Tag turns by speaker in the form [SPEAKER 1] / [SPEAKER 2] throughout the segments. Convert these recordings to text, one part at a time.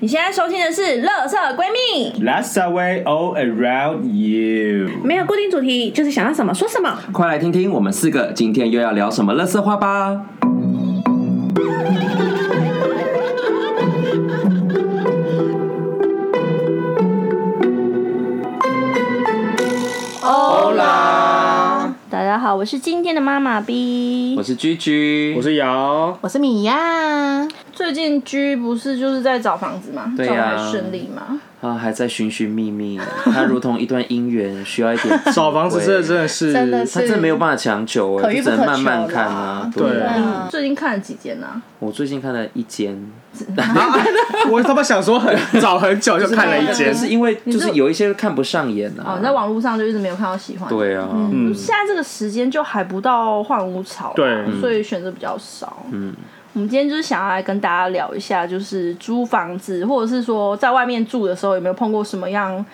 [SPEAKER 1] 你现在收听的是《乐色闺蜜》，
[SPEAKER 2] That's our way all around you。
[SPEAKER 1] 没有固定主题，就是想要什么说什么。
[SPEAKER 3] 快来听听我们四个今天又要聊什么乐色话吧！
[SPEAKER 1] 欧啦！大家好，我是今天的妈妈 B
[SPEAKER 3] 我。是居居，
[SPEAKER 2] 我是瑶，
[SPEAKER 4] 我是米娅，
[SPEAKER 5] 最近居不是就是在找房子吗？
[SPEAKER 3] 对
[SPEAKER 5] 找得
[SPEAKER 3] 呀
[SPEAKER 5] 很顺利吗？
[SPEAKER 3] 啊，还在寻寻觅觅，它如同一段姻缘，需要一 点
[SPEAKER 2] 找房子真的真的是，
[SPEAKER 4] 真的
[SPEAKER 3] 它
[SPEAKER 4] 是
[SPEAKER 3] 真的没有办法强求
[SPEAKER 4] 可
[SPEAKER 3] 哎，
[SPEAKER 4] 遇
[SPEAKER 3] 就
[SPEAKER 4] 不
[SPEAKER 3] 只
[SPEAKER 4] 可
[SPEAKER 3] 能慢慢
[SPEAKER 4] 求
[SPEAKER 3] 看
[SPEAKER 4] 啦
[SPEAKER 3] 啊。
[SPEAKER 2] 对
[SPEAKER 3] 啊，
[SPEAKER 5] 最近看了几间啊呢、
[SPEAKER 3] 我最近看了一间，
[SPEAKER 2] 我他妈想说很早很久就看了一间
[SPEAKER 3] 就，是因为就
[SPEAKER 5] 就是
[SPEAKER 3] 有一些看不上眼
[SPEAKER 5] 哦，
[SPEAKER 3] 啊
[SPEAKER 5] 你。在网络上就一直没有看到喜欢。，
[SPEAKER 3] 对啊，
[SPEAKER 2] 嗯，
[SPEAKER 5] 现在这个时间就还不到换屋潮啊，
[SPEAKER 3] 嗯
[SPEAKER 2] 对
[SPEAKER 5] 所以选择比较少。嗯，我们今天就是想要来跟大家聊一下，就是租房子，或者是说在外面住的时候有没有碰过什么样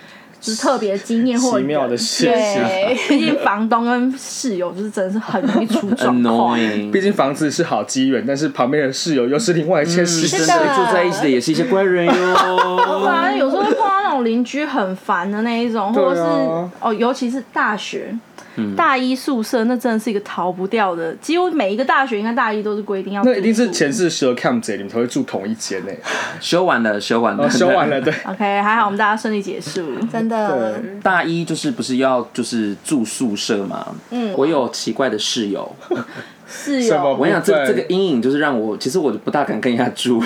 [SPEAKER 5] 就是特别经验或
[SPEAKER 2] 奇
[SPEAKER 5] 者
[SPEAKER 2] 妙的
[SPEAKER 5] 人
[SPEAKER 2] 事情。
[SPEAKER 4] 对，
[SPEAKER 5] 毕竟房东跟室友就是真的是很容易出 状况。
[SPEAKER 3] annoying。
[SPEAKER 2] 毕竟房子是好机缘，但是旁边的室友又是另外一件事
[SPEAKER 3] 真
[SPEAKER 2] 情。
[SPEAKER 3] 嗯的住在一起的也是一些怪人哟。
[SPEAKER 5] 对啊，有时候会碰到那种邻居很烦的那一种，
[SPEAKER 2] 对啊
[SPEAKER 5] 或者是哦，尤其是大学。
[SPEAKER 4] 嗯
[SPEAKER 5] 大一宿舍那真的是一个逃不掉的，几乎每一个大学应该大一都是规定要住宿。
[SPEAKER 2] 那一定是前世蛇 cam 姐，你们才会住同一间呢。
[SPEAKER 3] 修完了，修完
[SPEAKER 2] 哦，
[SPEAKER 3] 了，
[SPEAKER 2] 修完了，对，嗯
[SPEAKER 5] OK，还好我们大家顺利结束。
[SPEAKER 4] 真的
[SPEAKER 2] 对
[SPEAKER 3] 大一就是不是要就是住宿舍嘛？嗯，我有奇怪的室友，
[SPEAKER 5] 室
[SPEAKER 2] 什么
[SPEAKER 5] 友
[SPEAKER 3] 我跟你讲，
[SPEAKER 2] 对
[SPEAKER 3] 这这个阴影就是让我，其实我不大敢跟人家住。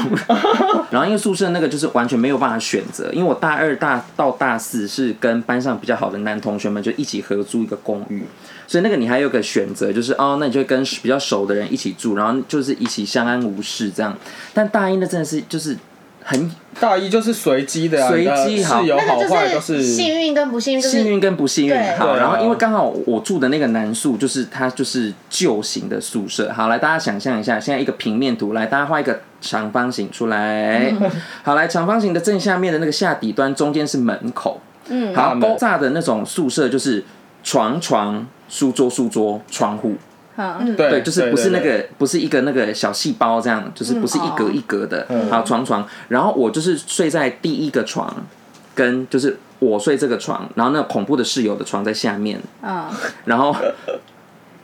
[SPEAKER 3] 然后因为宿舍那个就是完全没有办法选择，因为我大二大到大四是跟班上比较好的男同学们就一起合租一个公寓，所以那个你还有个选择，就是哦，那你就跟比较熟的人一起住，然后就是一起相安无事这样。但大一那真的是就是很
[SPEAKER 2] 大一就是随机的啊，
[SPEAKER 3] 随机
[SPEAKER 2] 你的
[SPEAKER 3] 好
[SPEAKER 2] 室友好
[SPEAKER 4] 那
[SPEAKER 2] 坏
[SPEAKER 4] 个
[SPEAKER 2] 都
[SPEAKER 4] 就是
[SPEAKER 2] 是。
[SPEAKER 4] 幸运跟不幸运，就
[SPEAKER 3] 幸
[SPEAKER 4] 是
[SPEAKER 3] 运跟不幸运
[SPEAKER 4] 对。
[SPEAKER 3] 好，
[SPEAKER 2] 对啊
[SPEAKER 3] 然后因为刚好我住的那个男宿就是它就是旧型的宿舍。好，来大家想象一下，现在一个平面图，来大家画一个长方形出来。
[SPEAKER 4] 嗯
[SPEAKER 3] 好，来长方形的正下面的那个下底端中间是门口。嗯，
[SPEAKER 2] 大
[SPEAKER 3] 好，
[SPEAKER 2] 门
[SPEAKER 3] 勾栅的那种宿舍就是床床书桌书桌窗户。
[SPEAKER 5] 嗯，
[SPEAKER 2] 对
[SPEAKER 3] 对，就是不是那
[SPEAKER 2] 对
[SPEAKER 3] 个，不是一个那个小细胞这样，就是不是一格一格的，好床床。然后我就是睡在第一个床，跟就是我睡这个床，然后那个恐怖的室友的床在下面，
[SPEAKER 5] 嗯，
[SPEAKER 3] 然后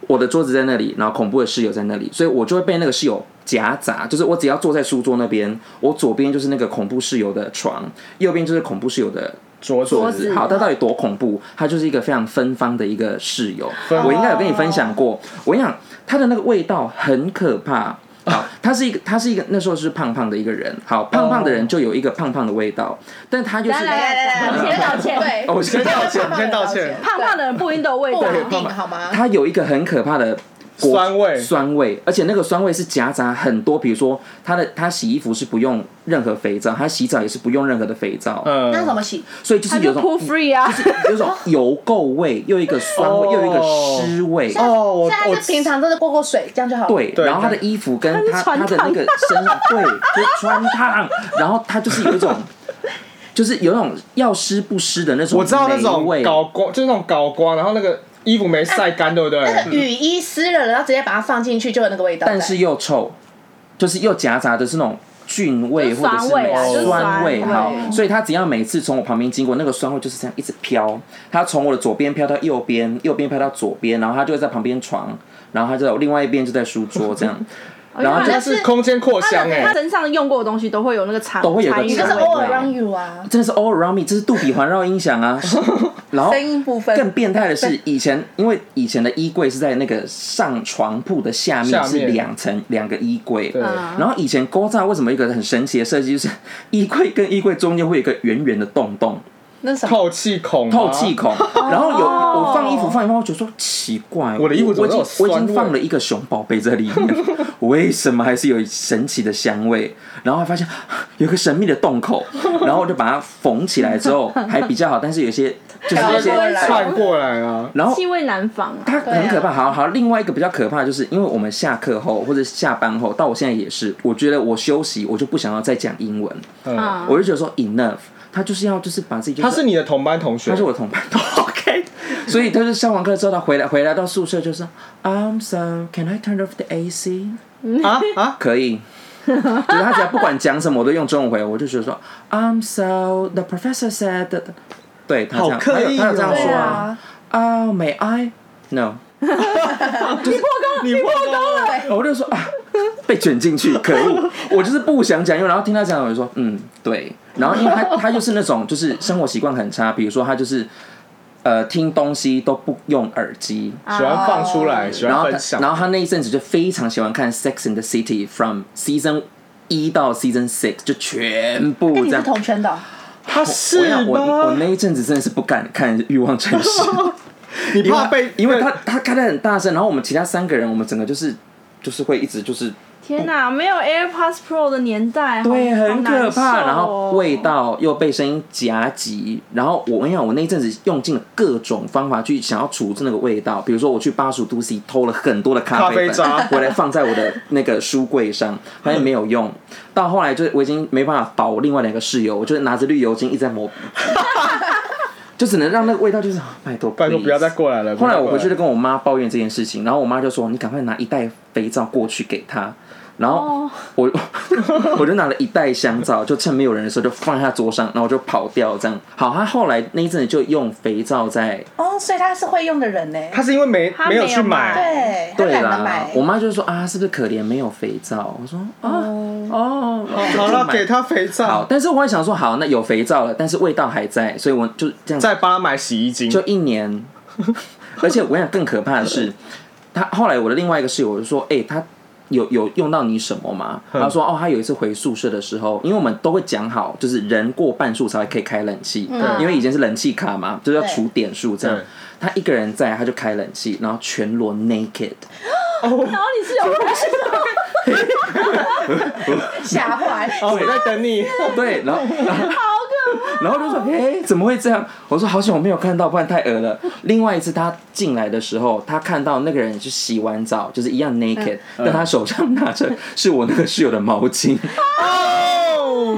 [SPEAKER 3] 我的桌子在那里，然后恐怖的室友在那里，所以我就会被那个室友夹杂，就是我只要坐在书桌那边，我左边就是那个恐怖室友的床，右边就是恐怖室友的
[SPEAKER 2] 桌
[SPEAKER 3] 桌
[SPEAKER 2] 子
[SPEAKER 3] 子。好，他到底多恐怖？他就是一个非常芬芳的一个室友。我应该有跟你分享过，我跟你讲，他的那个味道很可怕。好，他是一个，他是一个那时候是胖胖的一个人。好，胖胖的人就有一个胖胖的味道，但他又是
[SPEAKER 5] 来来
[SPEAKER 1] 哎
[SPEAKER 5] 来来，我们先道歉。
[SPEAKER 4] 对，
[SPEAKER 3] 哦我先道歉
[SPEAKER 2] 先道歉
[SPEAKER 5] 胖胖的人不一定都有味
[SPEAKER 4] 不
[SPEAKER 5] 道。
[SPEAKER 4] 稳定好吗？
[SPEAKER 3] 他有一个很可怕的果
[SPEAKER 2] 酸味
[SPEAKER 3] 酸味，而且那个酸味是夹杂很多，比如说他的他洗衣服是不用任何肥皂，他洗澡也是不用任何的肥皂，
[SPEAKER 2] 嗯
[SPEAKER 4] 那怎么洗？
[SPEAKER 3] 所以就是
[SPEAKER 5] 他
[SPEAKER 3] 有
[SPEAKER 5] 就
[SPEAKER 3] 一
[SPEAKER 4] 嗯
[SPEAKER 3] 种
[SPEAKER 5] pull free 啊，
[SPEAKER 3] 有一种油垢味，又一个酸味，
[SPEAKER 2] 哦
[SPEAKER 3] 又一个湿味。
[SPEAKER 2] 哦，我
[SPEAKER 4] 现在
[SPEAKER 2] 我
[SPEAKER 4] 就平常真的过过水，这样就好。，
[SPEAKER 3] 对，
[SPEAKER 2] 对
[SPEAKER 3] 然后他的衣服跟
[SPEAKER 5] 是
[SPEAKER 3] 他
[SPEAKER 5] 穿
[SPEAKER 3] 他的那个身上，对，就是穿烫，然后他就是有一种，就是有一种要湿不湿的那种，
[SPEAKER 2] 我知道那种
[SPEAKER 3] 味，
[SPEAKER 2] 搞光，就是那种搞光，然后那个衣服没晒干，对不对？
[SPEAKER 4] 那个雨衣湿了，然后直接把它放进去，就有那个味道在。
[SPEAKER 3] 但是又臭，就是又夹杂的是那种菌味
[SPEAKER 5] 就是
[SPEAKER 3] 或者是
[SPEAKER 5] 酸味啊
[SPEAKER 3] 那种
[SPEAKER 2] 就是
[SPEAKER 3] 酸味，
[SPEAKER 5] 酸味
[SPEAKER 3] 好，所以他只要每次从我旁边经过，那个酸味就是这样一直飘，他从我的左边飘到右边，右边飘到左边，然后他就会在旁边床，然后他就在另外一边就在书桌这样，
[SPEAKER 5] 哦
[SPEAKER 3] 然后就
[SPEAKER 2] 它嗯是空间扩香哎、
[SPEAKER 5] 他身上用过的东西都会有那个
[SPEAKER 3] 欸
[SPEAKER 5] 残
[SPEAKER 3] 都会有个
[SPEAKER 5] 残余
[SPEAKER 4] 你就
[SPEAKER 5] 的
[SPEAKER 4] 是
[SPEAKER 5] 味
[SPEAKER 3] 残
[SPEAKER 5] 道。
[SPEAKER 4] all around you 啊，
[SPEAKER 3] 真的是 all around me，这是杜比环绕音响 啊。然后
[SPEAKER 4] 声音部分
[SPEAKER 3] 更变态的是，以前因为以前的衣柜是在那个上床铺的下
[SPEAKER 2] 下
[SPEAKER 3] 面，
[SPEAKER 2] 面
[SPEAKER 3] 是两层两个衣柜。
[SPEAKER 2] 对，
[SPEAKER 3] 然后以前勾栅为什么有一个很神奇的设计，就是 衣柜跟衣柜中间会有一个圆圆的洞洞，
[SPEAKER 4] 那是什么？
[SPEAKER 2] 透气孔、啊
[SPEAKER 3] 透气。孔。
[SPEAKER 4] 啊
[SPEAKER 3] 然后有
[SPEAKER 4] 哦
[SPEAKER 3] 我放衣服放一放，我就说奇怪，
[SPEAKER 2] 我的衣服怎
[SPEAKER 3] 我
[SPEAKER 2] 么
[SPEAKER 3] 已
[SPEAKER 2] 都
[SPEAKER 3] 经
[SPEAKER 2] 有
[SPEAKER 3] 我已
[SPEAKER 2] 酸味
[SPEAKER 3] 经放了一个熊宝贝在里面， 为什么还是有神奇的香味？然后还发现 啊有个神秘的洞口，然后我就把它缝起来之后还比较好，但是有些就是有
[SPEAKER 4] 对
[SPEAKER 3] 些
[SPEAKER 4] 对对
[SPEAKER 2] 串过来啊，
[SPEAKER 3] 然后
[SPEAKER 5] 气味难防啊，
[SPEAKER 3] 它
[SPEAKER 4] 对啊
[SPEAKER 3] 很可怕。好好，另外一个比较可怕的就是，因为我们下课后或者下班后，到我现在也是，我觉得我休息，我就不想要再讲英文，
[SPEAKER 2] 嗯，
[SPEAKER 4] 啊
[SPEAKER 3] 我就觉得说 enough，他就是要就是把自己、就是、
[SPEAKER 2] 他是你的同班同学，
[SPEAKER 3] 他是我同班同 OK，所以他就上完课之后，他回来回来到宿舍就说，I'm so can I turn off the AC？
[SPEAKER 2] 啊啊，
[SPEAKER 3] 可以，就是他只要不管讲什么，我都用中文回，我就觉得说，I'm so the professor said that，对他这样，
[SPEAKER 2] 好刻
[SPEAKER 3] 他有
[SPEAKER 2] 意
[SPEAKER 3] 他有这样
[SPEAKER 2] 哦
[SPEAKER 4] 对
[SPEAKER 3] 说啊，
[SPEAKER 4] 啊，
[SPEAKER 3] 啊、m a y I？No，
[SPEAKER 2] 你破功了，
[SPEAKER 3] 我就说啊，被卷进去，可恶！我就是不想讲，因为然后听他讲，我就说嗯，对。然后因为他他就是那种就是生活习惯很差，比如说他就是呃听东西都不用耳机，
[SPEAKER 2] 喜欢放出来，喜
[SPEAKER 3] 然
[SPEAKER 2] 欢
[SPEAKER 3] 后
[SPEAKER 2] 分
[SPEAKER 3] 他
[SPEAKER 2] 享，
[SPEAKER 3] 然后他那一阵子就非常喜欢看《Sex and the City》from season 一到 season six，就全部
[SPEAKER 4] 哎，
[SPEAKER 3] 这
[SPEAKER 4] 你是
[SPEAKER 3] 样。
[SPEAKER 4] 同圈的哦，
[SPEAKER 2] 他
[SPEAKER 3] 我
[SPEAKER 2] 是
[SPEAKER 3] 要我我
[SPEAKER 2] 吗？
[SPEAKER 3] 那一阵子真的是不敢看《欲望城市》
[SPEAKER 2] 你
[SPEAKER 3] 因为
[SPEAKER 2] 怕被，
[SPEAKER 3] 因为他他开的很大声，然后我们其他三个人，我们整个就是就是会一直就是
[SPEAKER 5] 天哪，没有 AirPods Pro 的年代，
[SPEAKER 3] 对，
[SPEAKER 5] 好
[SPEAKER 3] 很可怕。然后味。
[SPEAKER 5] 好难受哦
[SPEAKER 3] 道又被声音夹击，然后我跟你讲，我那一阵子用尽了各种方法去想要处置那个味道，比如说我去八十度 C 偷了很多的咖啡粉
[SPEAKER 2] 咖啡渣
[SPEAKER 3] 回来放在 我的那个书柜上，发现没有用。到后来就是我已经没办法保我另外两个室友，我就拿着绿油精一直在抹， 就只能让那个味道就是哦拜托
[SPEAKER 2] 拜托不要再过来了。
[SPEAKER 3] 后来我
[SPEAKER 2] 不要再过
[SPEAKER 3] 回去就跟我妈抱怨这件事情，然后我妈就说：“你赶快拿一袋肥皂过去给她。”然后
[SPEAKER 5] 哦
[SPEAKER 3] 我、 我就拿了一袋香皂，就趁没有人的时候就放在她桌上，然后我就跑掉这样。好，她后来那一阵子就用肥皂在
[SPEAKER 4] 哦，所以他是会用的人呢。
[SPEAKER 2] 他是因为没
[SPEAKER 5] 他
[SPEAKER 2] 没有
[SPEAKER 5] 没有
[SPEAKER 2] 去
[SPEAKER 5] 买
[SPEAKER 2] 买，
[SPEAKER 4] 对，他
[SPEAKER 3] 对
[SPEAKER 4] 懒得
[SPEAKER 3] 啦
[SPEAKER 4] 买，。
[SPEAKER 3] 我妈就说：“啊，是不是可怜没有肥皂？”我说：“啊哦，
[SPEAKER 2] 好
[SPEAKER 3] 就
[SPEAKER 2] 了，
[SPEAKER 3] 买
[SPEAKER 2] 给他肥
[SPEAKER 3] 好。”
[SPEAKER 2] 皂，
[SPEAKER 3] 但是我还想说，好，那有肥皂了，但是味道还在，所以我就这样
[SPEAKER 2] 再帮他买洗衣精，
[SPEAKER 3] 就一年。而且我跟你讲，更可怕的是，他后来我的另外一个室友我就说：“哎、他有有用到你什么吗？”他说：“哦，他有一次回宿舍的时候，因为我们都会讲好，就是人过半数才会可以开冷气，因为以前是冷气卡嘛，就是要除点数这样
[SPEAKER 2] 对。
[SPEAKER 3] 他一个人在，他就开冷气，然后全裸 naked，
[SPEAKER 5] 然后你是有拍照，
[SPEAKER 4] 吓坏。
[SPEAKER 2] 哦，我在等你，
[SPEAKER 3] 对，然后然后然后就说：“哎、怎么会这样？”我说：“好险我没有看到，不然太恶了。”另外一次他进来的时候，他看到那个人就洗完澡，就是一样 naked，、但
[SPEAKER 4] 嗯
[SPEAKER 3] 他手上拿着是我那个室友的毛巾，
[SPEAKER 2] 哦，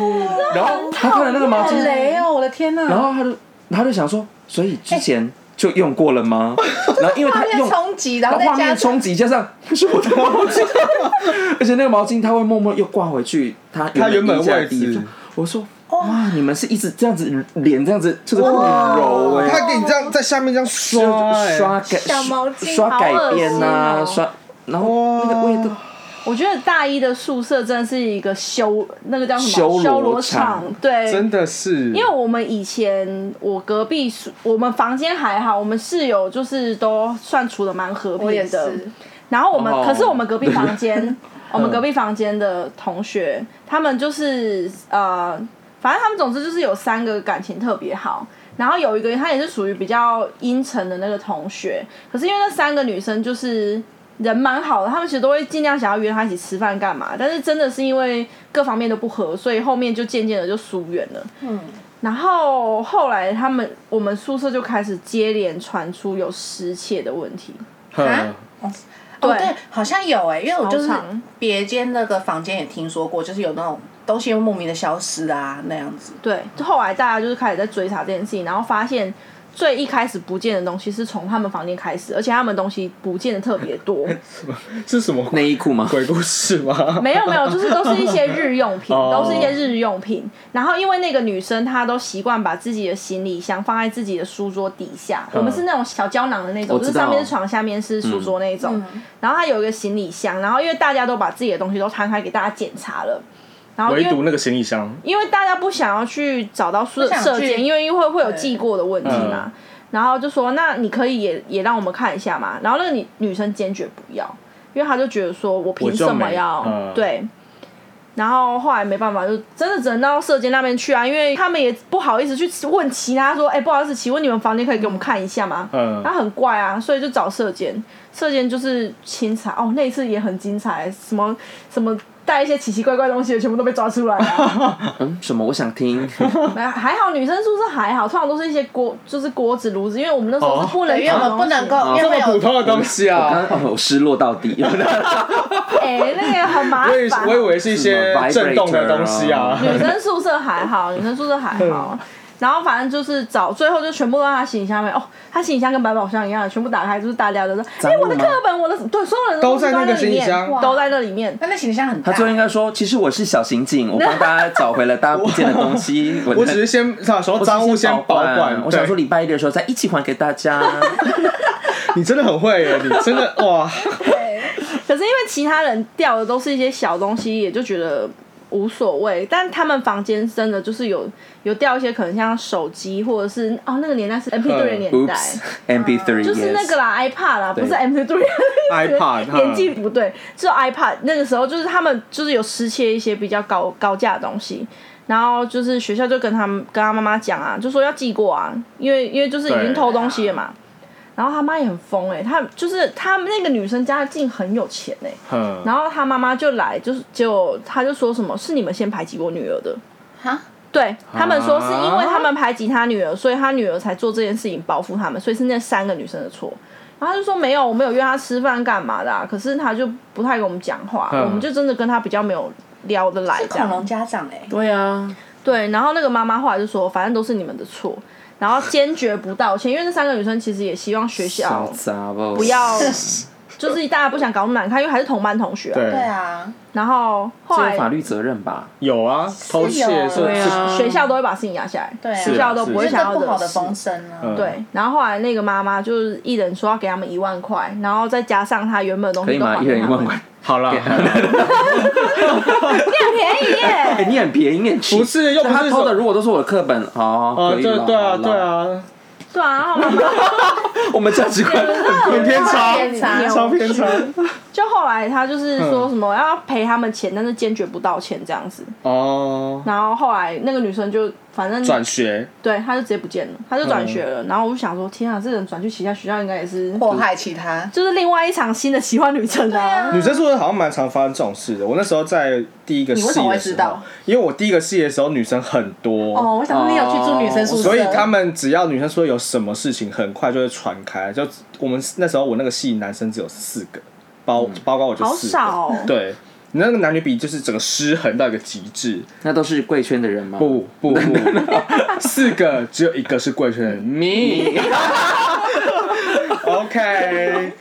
[SPEAKER 3] 然后他看了那个毛
[SPEAKER 4] 好
[SPEAKER 3] 巾，
[SPEAKER 4] 雷哦！我的天
[SPEAKER 3] 然
[SPEAKER 4] 哪，
[SPEAKER 3] 后他就他就想说：“所以之前就用过了吗？”然后因为
[SPEAKER 4] 画
[SPEAKER 3] 他
[SPEAKER 4] 面
[SPEAKER 3] 用
[SPEAKER 4] 冲击，然后再
[SPEAKER 3] 画
[SPEAKER 4] 加
[SPEAKER 3] 面冲击加 上是我的毛巾， 而且那个毛巾它会默默又挂回去，它
[SPEAKER 2] 它原本
[SPEAKER 3] 衣架的
[SPEAKER 2] 位置
[SPEAKER 3] 地方。我说
[SPEAKER 4] 哦
[SPEAKER 3] 哇，你们是一直这样子脸这样子，就是很柔哎、
[SPEAKER 2] 他给你这样在下面这样刷
[SPEAKER 3] 刷
[SPEAKER 2] 哎
[SPEAKER 3] 刷改
[SPEAKER 4] 小毛巾
[SPEAKER 3] 刷改编呐、
[SPEAKER 5] 好恶心哦
[SPEAKER 3] 刷然后那个味道，
[SPEAKER 5] 我觉得大一的宿舍真的是一个修那个叫什
[SPEAKER 3] 修
[SPEAKER 5] 么
[SPEAKER 3] 罗
[SPEAKER 5] 修罗
[SPEAKER 3] 场
[SPEAKER 5] 场，对，
[SPEAKER 2] 真的是，
[SPEAKER 5] 因为我们以前我隔壁宿我们房间还好，我们室友就是都算处的蛮和
[SPEAKER 4] 我也
[SPEAKER 5] 平的。
[SPEAKER 4] 是，
[SPEAKER 5] 然后我们、
[SPEAKER 3] 哦
[SPEAKER 5] 可是我们隔壁房间，哦我们隔壁房间的同学，他们就是呃，反正他们总之就是有三个感情特别好。然后有一个他也是属于比较阴沉的那个同学，可是因为那三个女生就是人蛮好的，他们其实都会尽量想要约他一起吃饭干嘛，但是真的是因为各方面都不合，所以后面就渐渐的就疏远了。嗯，然后后来他们我们宿舍就开始接连传出有失窃的问题，
[SPEAKER 2] 哼
[SPEAKER 4] 啊哦对，好像有哎，因为我就是
[SPEAKER 5] 超长
[SPEAKER 4] 别间那个房间也听说过，就是有那种东西莫名的消失啊那样子。
[SPEAKER 5] 对，后来大家就是开始在追查这件事情，然后发现最一开始不见的东西是从他们房间开始，而且他们东西不见的特别多。
[SPEAKER 2] 是什么
[SPEAKER 3] 内衣裤吗？
[SPEAKER 2] 鬼故事吗？
[SPEAKER 5] 没有没有，就是都是一些日用品，
[SPEAKER 2] 哦
[SPEAKER 5] 都是一些日用品。然后因为那个女生她都习惯把自己的行李箱放在自己的书桌底下，我们是那种小胶囊的那种，
[SPEAKER 3] 我
[SPEAKER 5] 就
[SPEAKER 3] 知道
[SPEAKER 5] 是上面是床，下面是书桌那一种。然后她有一个行李箱，然后因为大家都把自己的东西都摊开给大家检查了，然后
[SPEAKER 2] 唯
[SPEAKER 5] 因为
[SPEAKER 2] 独那个行李箱，
[SPEAKER 5] 因为大家不想要去找到宿
[SPEAKER 4] 不想去
[SPEAKER 5] 舍间，因为会会有记过的问题
[SPEAKER 2] 嗯
[SPEAKER 5] 嘛。然后就说，那你可以也也让我们看一下嘛。然后那个女女生坚决不要，因为她就觉得说我凭什么要
[SPEAKER 2] 我就没嗯
[SPEAKER 5] 对。然后后来没办法，就真的只能到舍监那边去啊，因为他们也不好意思去问其他说，哎、不好意思，请问你们房间可以给我们看一下吗？
[SPEAKER 2] 嗯
[SPEAKER 5] 他很怪啊，所以就找舍监，舍监就是清查哦，那一次也很精彩，什么什么带一些奇奇怪怪东西的全部都被抓出来啊、
[SPEAKER 3] 嗯，什么？我想听。
[SPEAKER 5] 没有还好，女生宿舍还好，通常都是一些锅，就是锅子、炉子，因为我们那时候
[SPEAKER 2] 哦
[SPEAKER 5] 是不能
[SPEAKER 4] 对，因为
[SPEAKER 5] 用
[SPEAKER 4] 我
[SPEAKER 5] 的东西，
[SPEAKER 4] 们不能够，
[SPEAKER 3] 哦
[SPEAKER 4] 因为
[SPEAKER 2] 这
[SPEAKER 4] 会
[SPEAKER 2] 么普
[SPEAKER 4] 有
[SPEAKER 2] 通的东西
[SPEAKER 3] 我
[SPEAKER 2] 啊
[SPEAKER 3] 刚。刚哦，我失落到底。
[SPEAKER 5] 哎、那个很麻
[SPEAKER 2] 我以
[SPEAKER 5] 烦。
[SPEAKER 2] 我以为是一些震动的东西啊，
[SPEAKER 5] 女生宿舍还好，女生宿舍还好。然后反正就是找，最后就全部都在他行李箱里面。哦，他行李箱跟百宝箱一样，全部打开，就是大家都说，哎、
[SPEAKER 3] 物吗
[SPEAKER 5] 我的课本，我的对，所有人的东西
[SPEAKER 2] 都在那个
[SPEAKER 5] 里面
[SPEAKER 2] 行李箱哇
[SPEAKER 5] 都在那里面。
[SPEAKER 4] 但那行李箱很大，
[SPEAKER 3] 他最后应该说，其实我是小刑警，我帮大家找回了大家不见的东西。我
[SPEAKER 2] 我只是先把所有
[SPEAKER 3] 我
[SPEAKER 2] 赃物先
[SPEAKER 3] 先
[SPEAKER 2] 保管。
[SPEAKER 3] 我想说
[SPEAKER 2] 对
[SPEAKER 3] 礼拜一的时候再一起还给大家。
[SPEAKER 2] 你真的很会 耶，你真的哇，
[SPEAKER 5] 可是因为其他人掉的都是一些小东西，也就觉得无所谓。但他们房间真的就是有有掉一些，可能像手机或者是哦那个年代是 MP3 的年代。
[SPEAKER 2] 嗯
[SPEAKER 3] Oops，MP3
[SPEAKER 5] 就是那个啦，iPad 啦，不是 MP3
[SPEAKER 2] iPod，哈
[SPEAKER 5] 年纪不对，就 iPad 那个时候就是他们就是有失窃一些比较高高价的东西，然后就是学校就跟他们跟他妈妈讲啊，就说要记过啊，因为因为就是已经偷东西了嘛。然后他妈也很疯哎、欸，他就是他们那个女生家境很有钱哎、
[SPEAKER 2] 嗯，
[SPEAKER 5] 然后他妈妈就来，就是就他就说什么是你们先排挤我女儿的，
[SPEAKER 4] 哈，
[SPEAKER 5] 对他们说是因为他们排挤他女儿，所以他女儿才做这件事情报复他们，所以是那三个女生的错。然后他就说没有，我没有约她吃饭干嘛的、啊，可是他就不太跟我们讲话，啊
[SPEAKER 2] 嗯
[SPEAKER 5] 我们就真的跟他比较没有聊得来
[SPEAKER 4] 是
[SPEAKER 5] 这
[SPEAKER 4] 恐
[SPEAKER 5] 样。
[SPEAKER 4] 龙家长哎、
[SPEAKER 3] 对啊，
[SPEAKER 5] 对，然后那个妈妈后来就说，反正都是你们的错，然后坚决不道歉，因为那三个女生其实也希望学校
[SPEAKER 3] 小杂不
[SPEAKER 5] 不要，就是大家不想搞那么难看，因为还是同班同学、啊。
[SPEAKER 4] 对
[SPEAKER 2] 对，
[SPEAKER 4] 啊，
[SPEAKER 5] 然后后
[SPEAKER 3] 这
[SPEAKER 5] 来
[SPEAKER 3] 有法律责任吧？
[SPEAKER 2] 有啊，偷窃
[SPEAKER 4] 有
[SPEAKER 2] 是
[SPEAKER 4] 对啊
[SPEAKER 2] 是，
[SPEAKER 5] 学校都会把事情压下来，
[SPEAKER 4] 对啊
[SPEAKER 5] 学校都不会
[SPEAKER 4] 这
[SPEAKER 5] 想要
[SPEAKER 4] 不好
[SPEAKER 5] 惹
[SPEAKER 4] 的
[SPEAKER 5] 事。
[SPEAKER 4] 风声啊，
[SPEAKER 5] 对，然后后来那个妈妈就是一人说要给他们一万块，然后再加上他原本的东
[SPEAKER 3] 可
[SPEAKER 5] 西
[SPEAKER 3] 以
[SPEAKER 5] 都
[SPEAKER 3] 吗？
[SPEAKER 5] 还
[SPEAKER 3] 一
[SPEAKER 5] 给
[SPEAKER 3] 人一
[SPEAKER 5] 他
[SPEAKER 3] 万
[SPEAKER 5] 们，
[SPEAKER 3] 块，
[SPEAKER 2] 好 了，
[SPEAKER 5] 便宜
[SPEAKER 3] 哎，
[SPEAKER 5] 耶！
[SPEAKER 3] 你很便宜，你很
[SPEAKER 2] 不
[SPEAKER 3] cheap
[SPEAKER 2] 是又不
[SPEAKER 3] 他
[SPEAKER 2] 是
[SPEAKER 3] 偷的，
[SPEAKER 2] 说，
[SPEAKER 3] 如果都是我的课本，哦，
[SPEAKER 2] 呃，
[SPEAKER 3] 可以
[SPEAKER 2] 对
[SPEAKER 3] 了
[SPEAKER 2] 对啊
[SPEAKER 3] 好了
[SPEAKER 2] 对啊，
[SPEAKER 5] 对啊，然后妈妈
[SPEAKER 3] 我们价值 观
[SPEAKER 2] 很偏差，
[SPEAKER 4] 偏差
[SPEAKER 2] 超偏差，
[SPEAKER 5] 就后来他就是
[SPEAKER 3] 嗯
[SPEAKER 5] 说什么要赔他们钱，但是坚决不道歉这样子。
[SPEAKER 2] 哦，
[SPEAKER 5] 然后后来那个女生就反正
[SPEAKER 2] 转学，
[SPEAKER 5] 对，她就直接不见了，她就转学
[SPEAKER 3] 嗯
[SPEAKER 5] 了。然后我就想说，天啊，这人转去其他学校应该也是
[SPEAKER 4] 祸害其他。
[SPEAKER 5] 就是另外一场新的奇幻旅程啊。
[SPEAKER 2] 女生宿舍好像蛮常发生这种事的。我那时候在第一个系
[SPEAKER 4] 你为
[SPEAKER 2] 的
[SPEAKER 4] 什
[SPEAKER 2] 时
[SPEAKER 4] 么
[SPEAKER 2] 候
[SPEAKER 4] 会知道，
[SPEAKER 2] 因为我第一个系的时候女生很多，
[SPEAKER 4] 哦，我想说你有去住女生宿舍，
[SPEAKER 3] 哦
[SPEAKER 2] 所以他们只要女生说有什么事情，很快就会传开。就我们那时候，我那个系男生只有四个，包包括我就
[SPEAKER 5] 嗯好
[SPEAKER 2] 四个。
[SPEAKER 5] 少哦
[SPEAKER 2] 对，你那个男女比就是整个失衡到一个极致。
[SPEAKER 3] 那都是贵圈的人 吗？
[SPEAKER 2] 不不不， 四个只有一个是贵圈人。
[SPEAKER 3] 你
[SPEAKER 2] OK，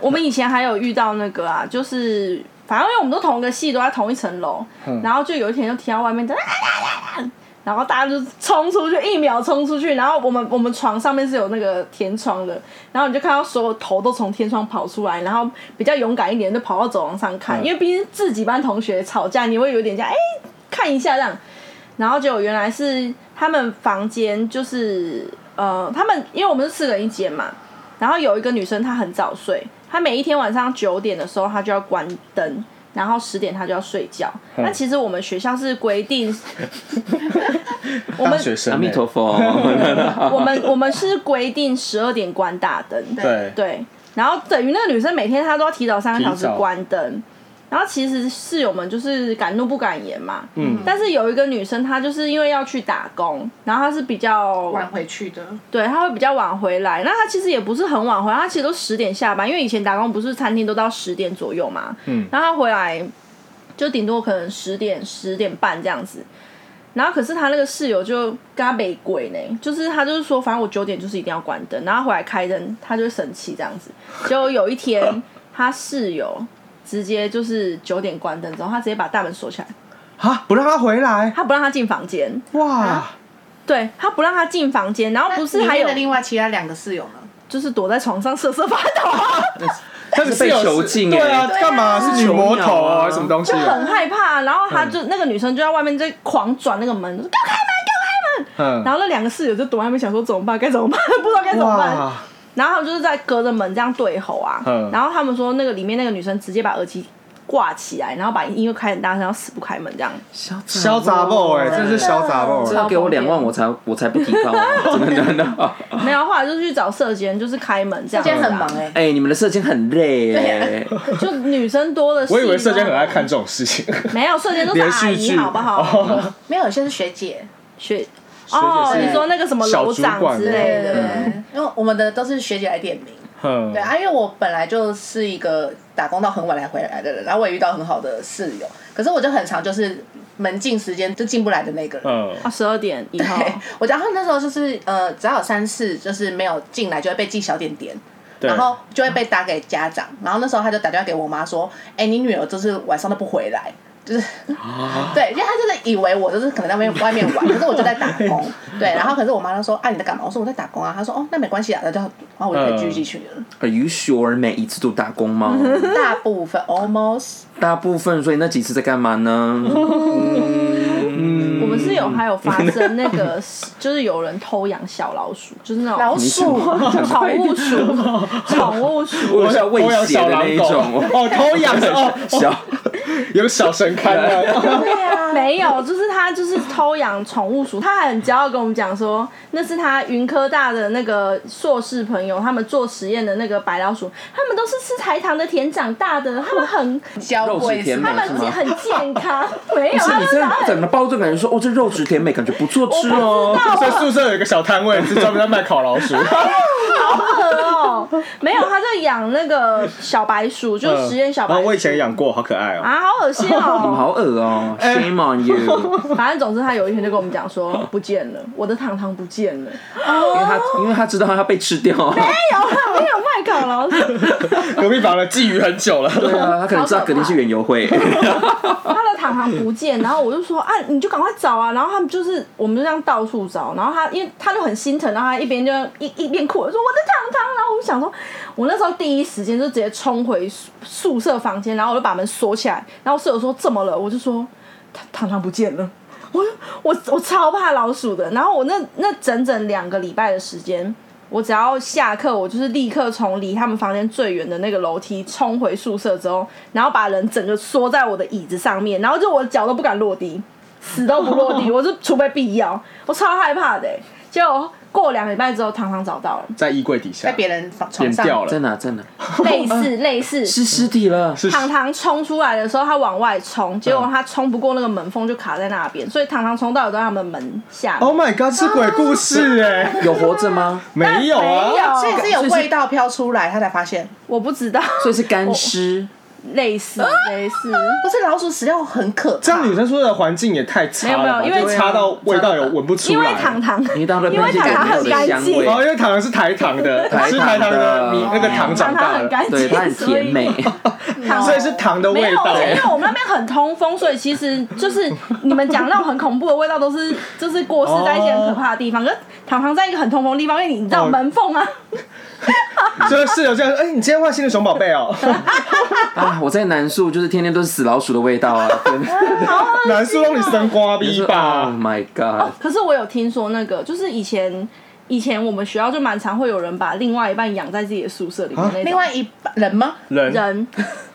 [SPEAKER 5] 我们以前还有遇到那个啊，就是反正因为我们都同一个系，都在同一层楼，然后就有一天就听到外面在啊啊啊啊然后大家就冲出去，一秒冲出去，然后我们我们床上面是有那个天窗的，然后你就看到所有头都从天窗跑出来，然后比较勇敢一点就跑到走廊上看，
[SPEAKER 2] 嗯
[SPEAKER 5] 因为毕竟自己班同学吵架，你会有点这样哎、看一下这样，然后结果原来是他们房间就是呃，他们因为我们是四个人一间嘛，然后有一个女生她很早睡，她每一天晚上九点的时候她就要关灯，然后十点她就要睡觉。
[SPEAKER 2] 嗯
[SPEAKER 5] 那其实我们学校是规定， 我
[SPEAKER 2] 大
[SPEAKER 5] 们
[SPEAKER 2] 学生、
[SPEAKER 3] 阿弥陀
[SPEAKER 2] 欸，
[SPEAKER 3] 佛，
[SPEAKER 5] 我 们我们是规定十二点关大灯，
[SPEAKER 2] 对，
[SPEAKER 5] 对，然后等于那个女生每天她都要提早三个小
[SPEAKER 2] 提
[SPEAKER 5] 时
[SPEAKER 2] 早
[SPEAKER 5] 关灯，然后其实室友们就是敢怒不敢言嘛，
[SPEAKER 2] 嗯
[SPEAKER 5] 但是有一个女生她就是因为要去打工，然后她是比较
[SPEAKER 4] 晚回去的，
[SPEAKER 5] 对，她会比较晚回来，那她其实也不是很晚回来，她其实都十点下班，因为以前打工不是餐厅都到十点左右嘛，
[SPEAKER 2] 嗯
[SPEAKER 5] 然后她回来就顶多可能十点十点半这样子。然后可是她那个室友就跟她没鬼呢，就是她就是说，反正我九点就是一定要关灯，然后回来开灯，她就会生气这样子。结果有一天，她室友直接就是九点关灯之后，她直接把大门锁起来，
[SPEAKER 2] 啊，不让他回来，
[SPEAKER 5] 她不让她进房间，
[SPEAKER 2] 哇，
[SPEAKER 5] 啊对她不让她进房间，然后不是
[SPEAKER 4] 那里
[SPEAKER 5] 还
[SPEAKER 4] 面
[SPEAKER 5] 有
[SPEAKER 4] 的另外其他两个室友呢？
[SPEAKER 5] 就是躲在床上瑟瑟发抖 啊，
[SPEAKER 2] 那个室友
[SPEAKER 3] 被囚禁欸
[SPEAKER 2] 对啊，干嘛是女魔头啊，
[SPEAKER 3] 囚鸟啊
[SPEAKER 2] 什么东西
[SPEAKER 5] 就很
[SPEAKER 2] 啊？
[SPEAKER 5] 害怕。然后她就、那个女生就在外面在狂转那个门，说
[SPEAKER 2] 嗯
[SPEAKER 5] 然后那两个室友就躲在外面想说怎么办，该怎么办，不知道该怎么办。
[SPEAKER 2] 哇，
[SPEAKER 5] 然后他们就是在隔着门这样对吼啊
[SPEAKER 2] 嗯，
[SPEAKER 5] 然后他们说那个里面那个女生直接把耳机挂起来，然后把音乐开很大声，然后死不开门这样。
[SPEAKER 2] 小杂 boy，真的是小杂
[SPEAKER 5] 哦
[SPEAKER 2] boy，
[SPEAKER 3] 这要给我两万，我才我才不提高 啊，怎么能呢？
[SPEAKER 5] 没有，后来就去找社监，就是开门这样。
[SPEAKER 4] 今天很忙哎、
[SPEAKER 3] 哎，你们的射精很累耶，
[SPEAKER 5] 就女生多的是。
[SPEAKER 2] 我以为社监很爱看。这种事情。
[SPEAKER 5] 没有，社监都是
[SPEAKER 2] 连
[SPEAKER 5] 阿
[SPEAKER 2] 续
[SPEAKER 5] 姨，
[SPEAKER 2] 剧
[SPEAKER 5] 好不好？
[SPEAKER 2] 哦
[SPEAKER 4] 没有，有些是学姐，
[SPEAKER 5] 学哦，
[SPEAKER 2] 是
[SPEAKER 5] 你说那个什么
[SPEAKER 2] 小
[SPEAKER 5] 楼
[SPEAKER 2] 主
[SPEAKER 5] 长
[SPEAKER 2] 管
[SPEAKER 5] 之类
[SPEAKER 4] 对
[SPEAKER 5] 的嗯
[SPEAKER 4] 对。对，因为我们的都是学姐来点名。
[SPEAKER 2] 嗯
[SPEAKER 4] 对啊，因为我本来就是一个打工到很晚才回来的人，然后我也遇到很好的室友，可是我就很常就是门禁时间就进不来的那个人。
[SPEAKER 2] 嗯，
[SPEAKER 5] 啊，十二点以后，
[SPEAKER 4] 对， 我然后那时候就是呃，只要有三次就是没有进来，就会被记小点点，
[SPEAKER 2] 对，
[SPEAKER 4] 然后就会被打给家长。然后那时候他就打电话给我妈说：“哎、你女儿就是晚上都不回来。”就是，对，因为他真的以为我就是可能在外面外面玩，可是我就在打工，对，然后可是我妈就说啊你在干嘛？我说我在打工啊，她说哦那没关系啊，那就然后我就可以继续进去了。
[SPEAKER 3] Are you sure 每一次都打 工吗？
[SPEAKER 4] 大部分 almost
[SPEAKER 3] 大部分，所以那几次在干嘛呢？
[SPEAKER 5] 我们是
[SPEAKER 2] 嗯
[SPEAKER 5] 有还有发生那个，就是有人偷养小老鼠，就是那
[SPEAKER 4] 老
[SPEAKER 5] 种
[SPEAKER 4] 鼠，
[SPEAKER 5] 宠物鼠，宠物鼠。
[SPEAKER 3] 我要 喂
[SPEAKER 2] 我有
[SPEAKER 3] 血的
[SPEAKER 2] 小
[SPEAKER 3] 那
[SPEAKER 2] 狼
[SPEAKER 3] 一
[SPEAKER 2] 狗，
[SPEAKER 3] 种，
[SPEAKER 2] 哦，偷养的哦，
[SPEAKER 3] 小
[SPEAKER 2] 有小神龛的，
[SPEAKER 4] 对啊，
[SPEAKER 5] 没有，就是他就是偷养宠物鼠，他还很骄傲跟我们讲说，那是他云科大的那个硕士朋友，他们做实验的那个白老鼠，他们都是吃台糖的甜长大的，他 们很
[SPEAKER 4] 娇
[SPEAKER 3] 肉质
[SPEAKER 4] 贵
[SPEAKER 3] 甜美
[SPEAKER 5] 他们
[SPEAKER 3] 是吗
[SPEAKER 5] 很健康，没有，
[SPEAKER 3] 不是你
[SPEAKER 5] 他们
[SPEAKER 3] 这整个包就感觉说，哦，这肉质甜美，感觉不错吃哦。
[SPEAKER 2] 所以宿舍有一个小摊位是专门在卖烤老鼠，
[SPEAKER 5] 哦，没有，他在养那个小白鼠，就是实验小
[SPEAKER 2] 嗯
[SPEAKER 5] 白
[SPEAKER 2] 然
[SPEAKER 5] 鼠。
[SPEAKER 2] 后我以前养过，好可爱哦，
[SPEAKER 5] 啊，好 恶心
[SPEAKER 3] 你们
[SPEAKER 5] 哦！
[SPEAKER 3] 好恶哦，Shame
[SPEAKER 2] 哎
[SPEAKER 3] on you！因
[SPEAKER 5] 反正总之，他有一天就跟我们讲说不见了，我的糖糖不见了，
[SPEAKER 3] 为他因为他知道他被吃掉啊，
[SPEAKER 5] 没有麦烤老鼠，
[SPEAKER 2] 隔壁房的觊觎很久了，
[SPEAKER 3] 对啊，他可能知道肯定是园游会。
[SPEAKER 5] 他的糖糖不见，然后我就说啊，你就赶快找啊，然后他们就是我们就这样到处找，然后他因为他就很心疼，然后他一边就一一边哭，我说我的糖糖，然后我想说，我那时候第一时间就直接冲回宿宿舍房间，然后我就把门锁起来，然后室友说怎么了，我就说糖糖糖不见了。我我我超怕老鼠的，然后我那那整整两个礼拜的时间，我只要下课，我就是立刻从离他们房间最远的那个楼梯冲回宿舍之后，然后把人整个缩在我的椅子上面，然后就我脚都不敢落地，死都不落地，我就除非必要，我超害怕的欸、结果过两个礼拜之后，糖糖找到了，
[SPEAKER 2] 在衣柜底下，
[SPEAKER 4] 在别人床
[SPEAKER 2] 扁
[SPEAKER 4] 床上
[SPEAKER 2] 掉
[SPEAKER 3] 在
[SPEAKER 2] 了，
[SPEAKER 3] 哪在哪？
[SPEAKER 5] 类似类似，
[SPEAKER 3] 啊是尸体了，
[SPEAKER 2] 是
[SPEAKER 5] 糖糖冲出来的时候，他往外冲，结果他冲不过那个门缝，就卡在那边，所以糖糖冲到有在他们门下面。
[SPEAKER 2] Oh my god，是鬼故事哎，
[SPEAKER 3] 有活着吗？
[SPEAKER 2] 没有
[SPEAKER 5] 啊没
[SPEAKER 2] 啊，
[SPEAKER 5] 有，
[SPEAKER 4] 所以是有味道飘出来，他才发现。
[SPEAKER 5] 我不知道，
[SPEAKER 3] 所以是干尸。
[SPEAKER 5] 类似类似，
[SPEAKER 4] 不是老鼠死掉很可
[SPEAKER 2] 这
[SPEAKER 4] 怕
[SPEAKER 2] 样，女生宿舍的环境也太差了吧，
[SPEAKER 5] 没有没有因为
[SPEAKER 2] 就差到味道也闻不出来，
[SPEAKER 5] 因为糖糖，
[SPEAKER 3] 因为大家都
[SPEAKER 5] 因为
[SPEAKER 3] 被
[SPEAKER 5] 糖糖
[SPEAKER 3] 没有
[SPEAKER 5] 很
[SPEAKER 3] 的
[SPEAKER 5] 干
[SPEAKER 3] 香
[SPEAKER 5] 净，
[SPEAKER 3] 味
[SPEAKER 2] 哦，因为糖是台糖的，
[SPEAKER 3] 台糖的
[SPEAKER 2] 吃台糖的，你那个糖长
[SPEAKER 5] 糖糖
[SPEAKER 2] 大
[SPEAKER 5] 哦很
[SPEAKER 2] 了，
[SPEAKER 5] 干净，
[SPEAKER 3] 对，它很甜 美。
[SPEAKER 5] 所
[SPEAKER 2] 所以
[SPEAKER 5] 以
[SPEAKER 2] 是糖的
[SPEAKER 5] 哦没
[SPEAKER 2] 味
[SPEAKER 5] 有，
[SPEAKER 2] 道
[SPEAKER 5] 而。且因为我们那边很通风，所以其实就是你们讲那种很恐怖的味道，都是 就是过世在一些很可怕的地方。可是糖糖在一个很通风的地方，因为你知道
[SPEAKER 2] 哦
[SPEAKER 5] 门缝啊，
[SPEAKER 2] 所以室友这样说，哎，你今天换新的熊宝贝 哦，
[SPEAKER 3] 啊！我在南树就是天天都是死老鼠的味道 啊！真的
[SPEAKER 2] 南叔让你生瓜逼
[SPEAKER 3] ，Oh
[SPEAKER 2] 吧？
[SPEAKER 3] my god！
[SPEAKER 5] 可是我有听说那个，就是以前以前我们学校就蛮常会有人把另外一半养在自己的宿舍里面
[SPEAKER 2] 啊
[SPEAKER 5] 那种。
[SPEAKER 4] 另外一半人吗？
[SPEAKER 2] 人
[SPEAKER 5] 人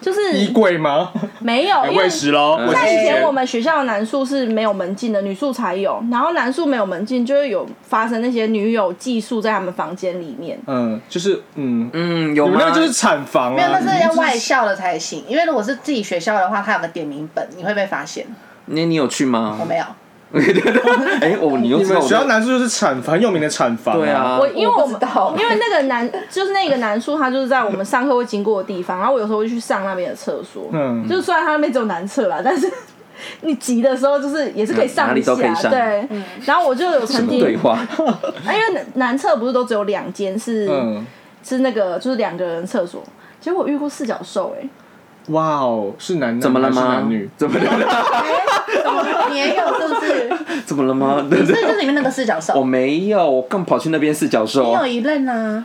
[SPEAKER 5] 就是
[SPEAKER 2] 衣柜吗？
[SPEAKER 5] 没有，因为
[SPEAKER 2] 哎喂食喽，喂
[SPEAKER 5] 在以
[SPEAKER 2] 食
[SPEAKER 5] 前
[SPEAKER 2] 前
[SPEAKER 5] 我们学校的男宿是没有门禁的，女宿才有。然后男宿没有门禁，就会有发生那些女友寄宿在他们房间里面。
[SPEAKER 2] 嗯，就是嗯，你
[SPEAKER 3] 嗯，有
[SPEAKER 2] 们那
[SPEAKER 3] 吗？
[SPEAKER 2] 个就是产房
[SPEAKER 4] 没有，
[SPEAKER 2] 啊
[SPEAKER 4] 那，是要外校的才行。因为如果是自己学校的话，他有个点名本，你会被发现。
[SPEAKER 3] 你你有去吗
[SPEAKER 4] 我？没有，
[SPEAKER 3] 哎，哦，你又
[SPEAKER 2] 你
[SPEAKER 3] 知道
[SPEAKER 2] 们
[SPEAKER 3] 我
[SPEAKER 2] 学校南叔就是产房很有名的产房，
[SPEAKER 3] 对啊，，
[SPEAKER 5] 我因为我
[SPEAKER 4] 我不知
[SPEAKER 5] 们
[SPEAKER 4] 道
[SPEAKER 5] 因为那个男就是那个男宿，他就是在我们上课会经过的地方，然后我有时候会去上那边的厕所。
[SPEAKER 2] 嗯
[SPEAKER 5] 就是虽然他那边只有男厕啦，但是 你急的时候就是也是可以
[SPEAKER 3] 嗯哪
[SPEAKER 5] 上一
[SPEAKER 3] 里
[SPEAKER 5] 下，
[SPEAKER 3] 都可以上
[SPEAKER 5] 对。然后我就有
[SPEAKER 3] 什
[SPEAKER 5] 曾
[SPEAKER 3] 么
[SPEAKER 5] 经，
[SPEAKER 3] 对话？
[SPEAKER 5] 啊因为男男厕不是都只有两间是、
[SPEAKER 2] 嗯，
[SPEAKER 5] 是那个就是两个人厕所，结果我遇过四角兽哎、欸
[SPEAKER 2] 哇哦，是男男
[SPEAKER 3] 怎么了
[SPEAKER 2] 还是
[SPEAKER 3] 吗
[SPEAKER 2] 男女？？
[SPEAKER 3] 怎么了？
[SPEAKER 4] 你也有是不是？
[SPEAKER 3] 怎么了吗？
[SPEAKER 4] 你是就是里面那个四角
[SPEAKER 3] 我
[SPEAKER 4] 兽，
[SPEAKER 3] 没有，我更跑去那边四角兽
[SPEAKER 4] 你
[SPEAKER 3] 啊
[SPEAKER 4] 有！一任啊？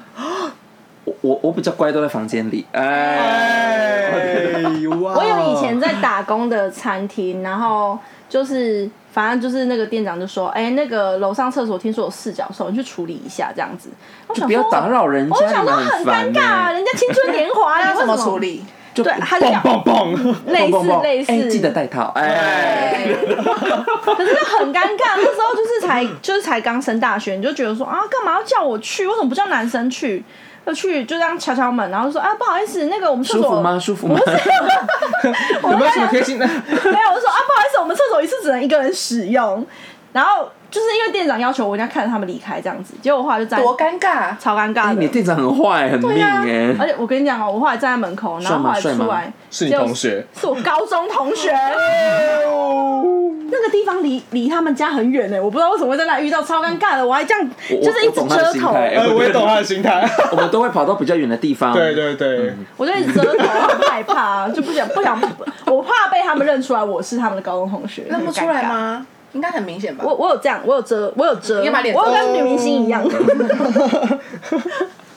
[SPEAKER 3] 我我我比较乖，都在房间里。哎，
[SPEAKER 2] 哎，哇！
[SPEAKER 5] 我有以前在打工的餐厅，然后就是反正就是那个店长就说，哎、那个楼上厕所听说有四角兽，你去处理一下这样子。我想
[SPEAKER 3] 不要
[SPEAKER 5] 说
[SPEAKER 3] 打扰人
[SPEAKER 5] 我
[SPEAKER 3] 家，
[SPEAKER 5] 想
[SPEAKER 3] 你
[SPEAKER 5] 说
[SPEAKER 3] 们
[SPEAKER 5] 很尴
[SPEAKER 3] 烦欸
[SPEAKER 5] 尬啊，
[SPEAKER 3] 呢。
[SPEAKER 5] 人家青春年 华，
[SPEAKER 4] 那
[SPEAKER 5] 你
[SPEAKER 4] 要
[SPEAKER 5] 为什
[SPEAKER 4] 怎么处？理？
[SPEAKER 3] 就
[SPEAKER 5] 对，他就
[SPEAKER 2] 棒
[SPEAKER 5] 讲
[SPEAKER 2] 棒 棒，
[SPEAKER 5] 类
[SPEAKER 3] 蹦蹦
[SPEAKER 5] 似
[SPEAKER 3] 蹦
[SPEAKER 5] 类似，
[SPEAKER 3] 哎记得带套。哎，
[SPEAKER 5] 可是就很尴尬，那时候就是才
[SPEAKER 3] 嗯
[SPEAKER 5] 就是才刚升大学，你就觉得说啊，干嘛要叫我去？为什么不叫男生去？就去就这样敲敲门，然后就说啊，不好意思，那个我们厕
[SPEAKER 3] 舒
[SPEAKER 5] 所
[SPEAKER 3] 服吗？舒服吗？
[SPEAKER 2] 有没有什么贴心的？
[SPEAKER 5] 没有，我就说啊，不好意思，我们厕所一次只能一个人使用。然后就是因为店长要求我一定要看着他们离开这样子，结果我后来就站，
[SPEAKER 4] 多尴尬！
[SPEAKER 5] 超尴
[SPEAKER 3] 哎
[SPEAKER 5] 尬的。啊
[SPEAKER 3] 你店长很坏，很命哎
[SPEAKER 5] 而。且我跟你讲哦，我后来站在门口，然后后来
[SPEAKER 3] 帅吗帅吗
[SPEAKER 5] 出来
[SPEAKER 2] 是你同学
[SPEAKER 5] 是我高中同学，那个地方离离他们家很远欸呢，我不知道为什么会在那遇到，超尴尬的，我还这样
[SPEAKER 3] 我
[SPEAKER 5] 就是一
[SPEAKER 3] 我
[SPEAKER 5] 直
[SPEAKER 3] 懂他的
[SPEAKER 5] 遮
[SPEAKER 3] 心
[SPEAKER 5] 头，
[SPEAKER 3] 态
[SPEAKER 2] 哎，我也懂他的心态。
[SPEAKER 3] 我们都会跑到比较远的地方。
[SPEAKER 2] 对对对，
[SPEAKER 5] 我就一直遮头，我很害怕，就不想不想，我怕被他们认出来我是他们的高中同学，
[SPEAKER 4] 认不出来
[SPEAKER 5] 很尴尬？
[SPEAKER 4] 吗？应该很明显吧？
[SPEAKER 5] 我我有这样，我有遮，我有遮，
[SPEAKER 4] 你要把脸遮
[SPEAKER 5] 我有跟女明星 一样，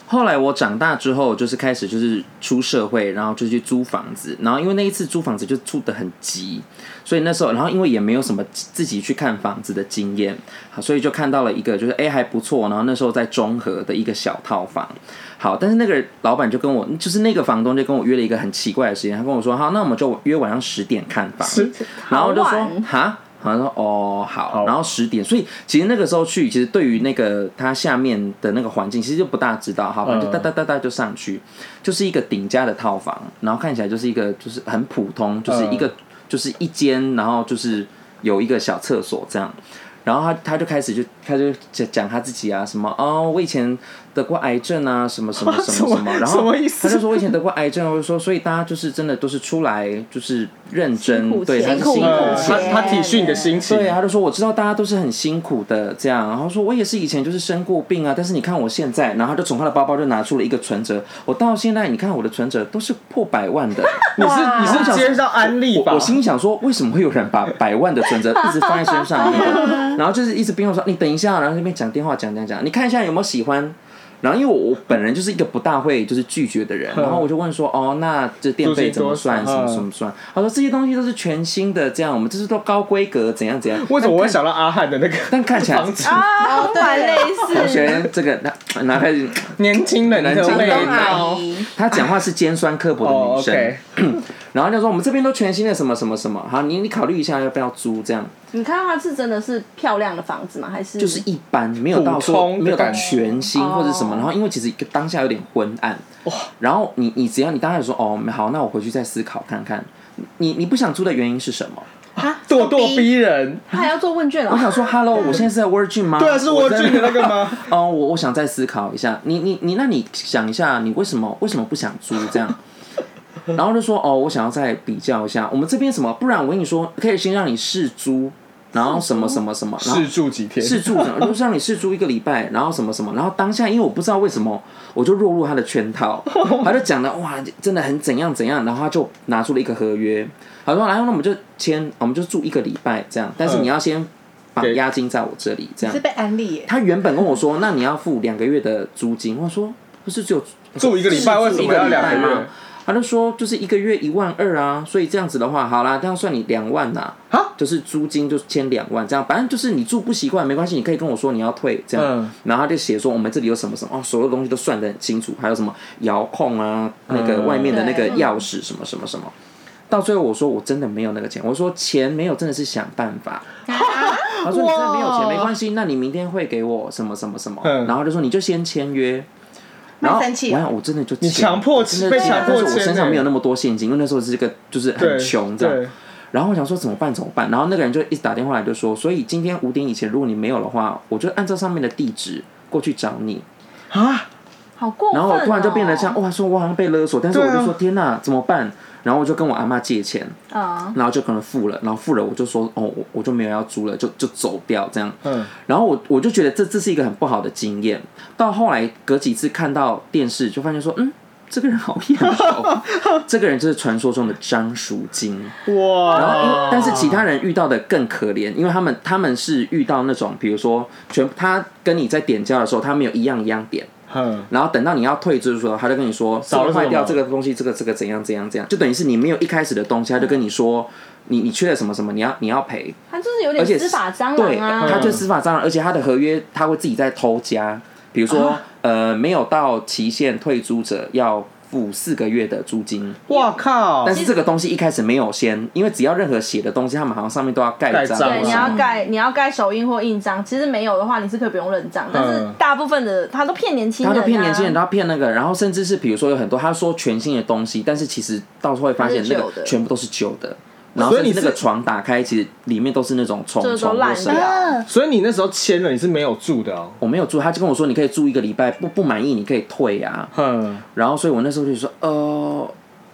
[SPEAKER 3] 后来我长大之后，就是开始就是出社会，然后就去租房子，然后因为那一次租房子就住的很急，所以那时候，然后因为也没有什么自己去看房子的经验，好，所以就看到了一个就是哎、还不错，然后那时候在中和的一个小套房，好，但是那个老板就跟我，就是那个房东就跟我约了一个很奇怪的时间，他跟我说好，那我们就约晚上十点看房，然后我就
[SPEAKER 5] 好
[SPEAKER 3] 说
[SPEAKER 5] 晚
[SPEAKER 3] 哈。好像说哦好，然后十点，所以其实那个时候去，其实对于那个它下面的那个环境，其实就不大知道，好，反正就
[SPEAKER 2] 嗯
[SPEAKER 3] 哒哒哒哒就上去，就是一个顶家的套房，然后看起来就是一个就是很普通，就是一个、
[SPEAKER 2] 嗯
[SPEAKER 3] 就是一间，然后就是有一个小厕所这样，然后他他就开始就他就讲讲他自己啊，什么哦，我以前得过癌症啊，什么 什么什么什么，然
[SPEAKER 2] 什
[SPEAKER 3] 后
[SPEAKER 2] 么意思
[SPEAKER 3] 他就说我以前得过癌症，我就说所以大家就是真的都是出来就是认真
[SPEAKER 5] 辛苦
[SPEAKER 3] 对，
[SPEAKER 5] 钱
[SPEAKER 3] 他是
[SPEAKER 5] 辛苦
[SPEAKER 3] 辛苦
[SPEAKER 2] 呃
[SPEAKER 5] 钱
[SPEAKER 2] 他他体恤你的心情
[SPEAKER 3] 对，，他就说我知道大家都是很辛苦的这样，然后说我也是以前就是生过病啊，但是你看我现在，然后他就从他的包包就拿出了一个存折，我到现在你看我的存折都是破百万的，
[SPEAKER 2] 你是你是接到安利吧？
[SPEAKER 3] 我心里想说，为什么会有人 把百万的存折一直放在身上？然后就是一直逼我说，你等一下，然后那边讲电话讲讲讲，你看一下有没有喜欢。然后因为我我本人就是一个不大会就是拒绝的人，然后我就问说，哦，那这电费怎么算，
[SPEAKER 2] 租嗯
[SPEAKER 3] 什
[SPEAKER 2] 金多
[SPEAKER 3] 么
[SPEAKER 2] 少
[SPEAKER 3] 什么算？他说这些东西都是全新的，这样我们这是都高规格，怎样怎样。
[SPEAKER 2] 为什么我会想到阿汉的那个
[SPEAKER 3] 但看起来
[SPEAKER 2] 房子？
[SPEAKER 5] 啊，
[SPEAKER 4] 哦对
[SPEAKER 5] 蛮类
[SPEAKER 3] 同
[SPEAKER 5] 似，
[SPEAKER 3] 学这个拿拿开始，
[SPEAKER 2] 年轻人的
[SPEAKER 3] 南
[SPEAKER 2] 味
[SPEAKER 3] 京
[SPEAKER 5] 啊
[SPEAKER 4] 当阿
[SPEAKER 2] 道。
[SPEAKER 4] 姨，
[SPEAKER 3] 他讲话是尖酸刻薄的
[SPEAKER 2] 哦
[SPEAKER 3] 女生，
[SPEAKER 2] ，OK，
[SPEAKER 3] 然后就说我们这边都全新的什么什么什么，好，你你考虑一下要不要租这样。
[SPEAKER 5] 你看到它是真的是漂亮的房子吗？还是
[SPEAKER 3] 就是一般，没有
[SPEAKER 2] 嗯
[SPEAKER 3] 到
[SPEAKER 2] 普
[SPEAKER 3] 说
[SPEAKER 2] 通的
[SPEAKER 3] 没有到
[SPEAKER 2] 感觉
[SPEAKER 3] 全新或者什么。
[SPEAKER 5] 哦
[SPEAKER 3] 然后因为其实当下有点昏暗，然后你你只要你当然说哦好，那我回去再思考看看。你你不想租的原因是什么？
[SPEAKER 4] 啊
[SPEAKER 2] 咄咄逼人。
[SPEAKER 5] 它还要做问卷
[SPEAKER 3] 我想
[SPEAKER 5] 哦？
[SPEAKER 3] 说，Hello，我现在是在 Virgin 吗？
[SPEAKER 2] 对啊，是我
[SPEAKER 3] 在
[SPEAKER 2] 俊的那个吗？
[SPEAKER 3] 哦，我我想再思考一下。你你你，那你想一下，你为什么为什么不想租 这样？然后就说哦，我想要再比较一下，我们这边什么，不然我跟你说，可以先让你试租，然后什么什么什么，然后
[SPEAKER 2] 试住几天？
[SPEAKER 3] 试住什么，就是让你试住一个礼拜，然后什么什么，然后当下因为我不知道为什么，我就落入他的圈套，他就讲的哇，真的很怎样怎样，然后他就拿出了一个合约，他说，然后那我们就签，我们就住一个礼拜这样，但是你要先绑
[SPEAKER 2] 给
[SPEAKER 3] 押金在我这里这样
[SPEAKER 4] 是。被安利耶。
[SPEAKER 3] 他原本跟我说，那你要付两个月的租金，我说不是只有
[SPEAKER 2] 住一个礼拜为什么要两
[SPEAKER 3] 是住一
[SPEAKER 2] 个
[SPEAKER 3] 个礼拜
[SPEAKER 2] 月
[SPEAKER 3] 吗？他就说就是一个月一万二啊，所以这样子的话，好啦，这样算你两万呐、
[SPEAKER 2] 啊
[SPEAKER 3] 就是租金就签两万，这样反正就是你住不习惯没关系，你可以跟我说你要退这样，
[SPEAKER 2] 嗯
[SPEAKER 3] 然后他就写说我们这里有什么什么哦，所有东西都算得很清楚，还有什么遥控啊，那个
[SPEAKER 2] 嗯
[SPEAKER 3] 外面的那个
[SPEAKER 4] 对
[SPEAKER 3] 钥匙什么什么什么。到最后我说我真的没有那个钱，我说钱没有真的是想办法。
[SPEAKER 4] 啊
[SPEAKER 3] 他说你真的没有钱没关系，那你明天会给我什么什么什么，
[SPEAKER 2] 嗯
[SPEAKER 3] 然后就说你就先签约。然后
[SPEAKER 4] 蛮生气
[SPEAKER 3] 我
[SPEAKER 4] 的
[SPEAKER 3] 想我真的就
[SPEAKER 2] 你
[SPEAKER 3] 签了
[SPEAKER 2] 强迫
[SPEAKER 3] 我真的
[SPEAKER 2] 被
[SPEAKER 3] 签了
[SPEAKER 2] 强迫
[SPEAKER 3] 但是我
[SPEAKER 2] 签
[SPEAKER 3] 身上
[SPEAKER 2] 欸
[SPEAKER 3] 没有那么多现金，因为那时候是这个就是很
[SPEAKER 2] 对，
[SPEAKER 3] 穷这样。
[SPEAKER 2] 对，
[SPEAKER 3] 然后我想说怎么办怎么办，然后那个人就一直打电话来就说，所以今天五点以前如果你没有的话，我就按照上面的地址过去找你。
[SPEAKER 2] 啊
[SPEAKER 5] 好过分
[SPEAKER 3] 然
[SPEAKER 5] 哦！
[SPEAKER 3] 后我突然就变得像哇，说我好像被勒索，但是我
[SPEAKER 2] 对啊
[SPEAKER 3] 就说天哪怎么办？然后我就跟我阿妈借钱，
[SPEAKER 5] 啊，
[SPEAKER 3] 然后就可能付了，然后付了我就说哦，我我就没有要租了，就就走掉这样。
[SPEAKER 2] 嗯，
[SPEAKER 3] 然后我我就觉得这这是一个很不好的经验。到后来隔几次看到电视，就发现说，嗯，这个人好眼熟，这个人就是传说中的张淑晶。然后因为
[SPEAKER 2] 哇，
[SPEAKER 3] 但是其他人遇到的更可怜，因为他们他们是遇到那种，比如说全他跟你在点交的时候，他没有一样一样点，
[SPEAKER 2] 嗯，
[SPEAKER 3] 然后等到你要退租的时候，他就跟你说这
[SPEAKER 2] 少
[SPEAKER 3] 个
[SPEAKER 2] 了什么
[SPEAKER 3] 坏掉，这个东西，这个这个怎样怎样怎样，就等于是你没有一开始的东西，他就跟你说你你缺了什么什么，你要你要赔，
[SPEAKER 5] 它就是有
[SPEAKER 3] 而
[SPEAKER 5] 点
[SPEAKER 3] 且
[SPEAKER 5] 司法蟑
[SPEAKER 3] 对，
[SPEAKER 5] 螂啊，
[SPEAKER 3] 他就是司法蟑螂，而且他的合约他会自己在偷加，比如说
[SPEAKER 5] 啊
[SPEAKER 3] 呃没有到期限退租者要付四个月的租金，
[SPEAKER 2] 哇靠
[SPEAKER 3] 但！是这个东西一开始没有先，因为只要任何写的东西，他们好像上面都要盖
[SPEAKER 2] 盖
[SPEAKER 3] 章
[SPEAKER 2] 章
[SPEAKER 3] 或
[SPEAKER 5] 对，
[SPEAKER 3] 什么，
[SPEAKER 5] 你要盖，你要盖手印或印章。其实没有的话，你是可以不用认章，但是大部分的他都骗年轻
[SPEAKER 3] 嗯他
[SPEAKER 5] 人、啊，
[SPEAKER 3] 就骗年轻人，他骗那个，然后甚至是比如说有很多他说全新的东西，但是其实到时候会发现那
[SPEAKER 5] 它是旧
[SPEAKER 3] 个
[SPEAKER 5] 的
[SPEAKER 3] 全部都是旧的，然后
[SPEAKER 2] 所
[SPEAKER 3] 甚
[SPEAKER 2] 以你
[SPEAKER 3] 至
[SPEAKER 2] 是
[SPEAKER 3] 那个床打开，其实里面都是那种虫
[SPEAKER 5] 就是
[SPEAKER 3] 虫
[SPEAKER 5] 都烂
[SPEAKER 3] 或什么。
[SPEAKER 5] 掉。
[SPEAKER 4] 啊
[SPEAKER 2] 所以你那时候签了，你是没有住的哦。
[SPEAKER 3] 我没有住，他就跟我说你可以住一个礼拜，不不满意你可以退啊。
[SPEAKER 2] 嗯，
[SPEAKER 3] 然后所以我那时候就说，呃，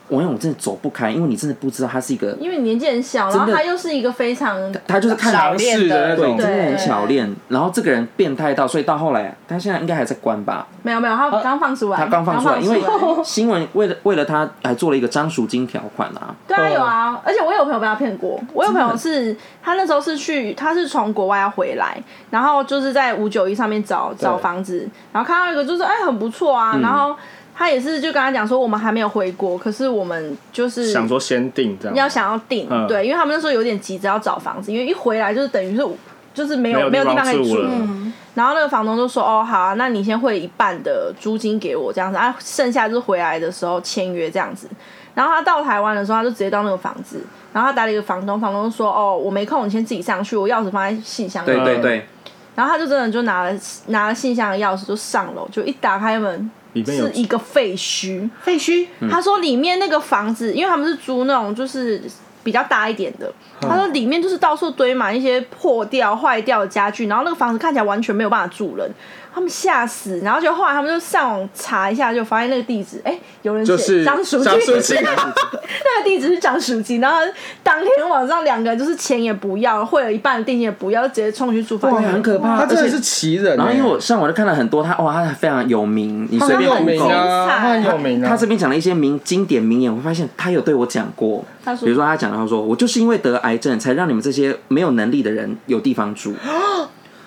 [SPEAKER 3] 我因为我真的走不开，因为你真的不知道他是一个，
[SPEAKER 5] 因为你年纪很小，然后
[SPEAKER 3] 真的
[SPEAKER 5] 他又是一个非常
[SPEAKER 3] 他就是看
[SPEAKER 4] 少
[SPEAKER 3] 来
[SPEAKER 4] 练
[SPEAKER 2] 是的那
[SPEAKER 3] 对，
[SPEAKER 2] 种
[SPEAKER 3] 真，的很
[SPEAKER 5] 对
[SPEAKER 3] 巧练。然后这个人变态到，所以到后来，他现在应该还在关吧？
[SPEAKER 5] 没有没有，他刚放出来，
[SPEAKER 3] 他刚放出来，因为 哦
[SPEAKER 5] 刚放出来
[SPEAKER 3] 新闻为了为了他还做了一个张赎金条款啊。
[SPEAKER 5] 对啊有啊，而且我有朋友被他骗过，我有朋友是他那时候是去，他是从国外要回来，然后就是在五九一上面找找房子，然后看到一个就是哎很不错
[SPEAKER 3] 嗯
[SPEAKER 5] 啊，然后他也是就跟他讲说我们还没有回国，可是我们就是
[SPEAKER 2] 想说先定这样，
[SPEAKER 5] 要想要定，
[SPEAKER 2] 嗯
[SPEAKER 5] 对，因为他们那时候有点急着要找房子，因为一回来就是等于是就是没有
[SPEAKER 2] 没有
[SPEAKER 5] 地
[SPEAKER 2] 地
[SPEAKER 5] 方
[SPEAKER 2] 方
[SPEAKER 5] 可以
[SPEAKER 2] 住
[SPEAKER 5] 住嗯
[SPEAKER 2] 了，
[SPEAKER 5] 然后那个房东就说：“哦，好啊，那你先汇一半的租金给我，这样子啊，剩下就是回来的时候签约这样子。”然后他到台湾的时候，他就直接到那个房子，然后他打了一个房东，房东就说：“哦，我没空，你先自己上去，我钥匙放在信箱里。
[SPEAKER 3] 对对
[SPEAKER 2] 嗯
[SPEAKER 3] 对，
[SPEAKER 5] 然后他就真的就拿了拿了信箱的钥匙就上楼，就一打开门
[SPEAKER 2] 里面有
[SPEAKER 5] 是一个废墟。
[SPEAKER 4] 废墟，
[SPEAKER 5] 他说里面那个房子，因为他们是租那种就是比较大一点的，
[SPEAKER 2] 嗯
[SPEAKER 5] 他说里面就是到处堆满一些破掉、坏掉的家具，然后那个房子看起来完全没有办法住人，他们吓死。然后就后来他们就上网查一下，就发现那个地址，哎、有人
[SPEAKER 2] 就
[SPEAKER 5] 写
[SPEAKER 2] 是
[SPEAKER 5] 张淑
[SPEAKER 2] 张 淑
[SPEAKER 5] 金
[SPEAKER 2] 金，啊
[SPEAKER 5] 那个地址是张淑金。然后当天晚上两个人就是钱也不要，汇了一半的定金也不要，就直接冲去住房
[SPEAKER 3] 哇，
[SPEAKER 5] 间
[SPEAKER 3] 很。可怕，
[SPEAKER 2] 他
[SPEAKER 3] 而
[SPEAKER 2] 真的
[SPEAKER 3] 且
[SPEAKER 2] 是奇人欸。
[SPEAKER 3] 然后因为我上网就看了很多他，哇，他非常有名，你
[SPEAKER 5] 他
[SPEAKER 3] 随
[SPEAKER 2] 很
[SPEAKER 3] 便
[SPEAKER 2] 有
[SPEAKER 3] Google
[SPEAKER 2] 名啊，
[SPEAKER 5] 他
[SPEAKER 2] 他
[SPEAKER 5] 很
[SPEAKER 2] 很
[SPEAKER 5] 有
[SPEAKER 2] 有名啊，
[SPEAKER 3] 他这边讲了一些名经典名言，我发现他有对我讲过
[SPEAKER 5] 他，说
[SPEAKER 3] 比如说他讲到说，我就是因为得癌症，才让你们这些没有能力的人有地方住。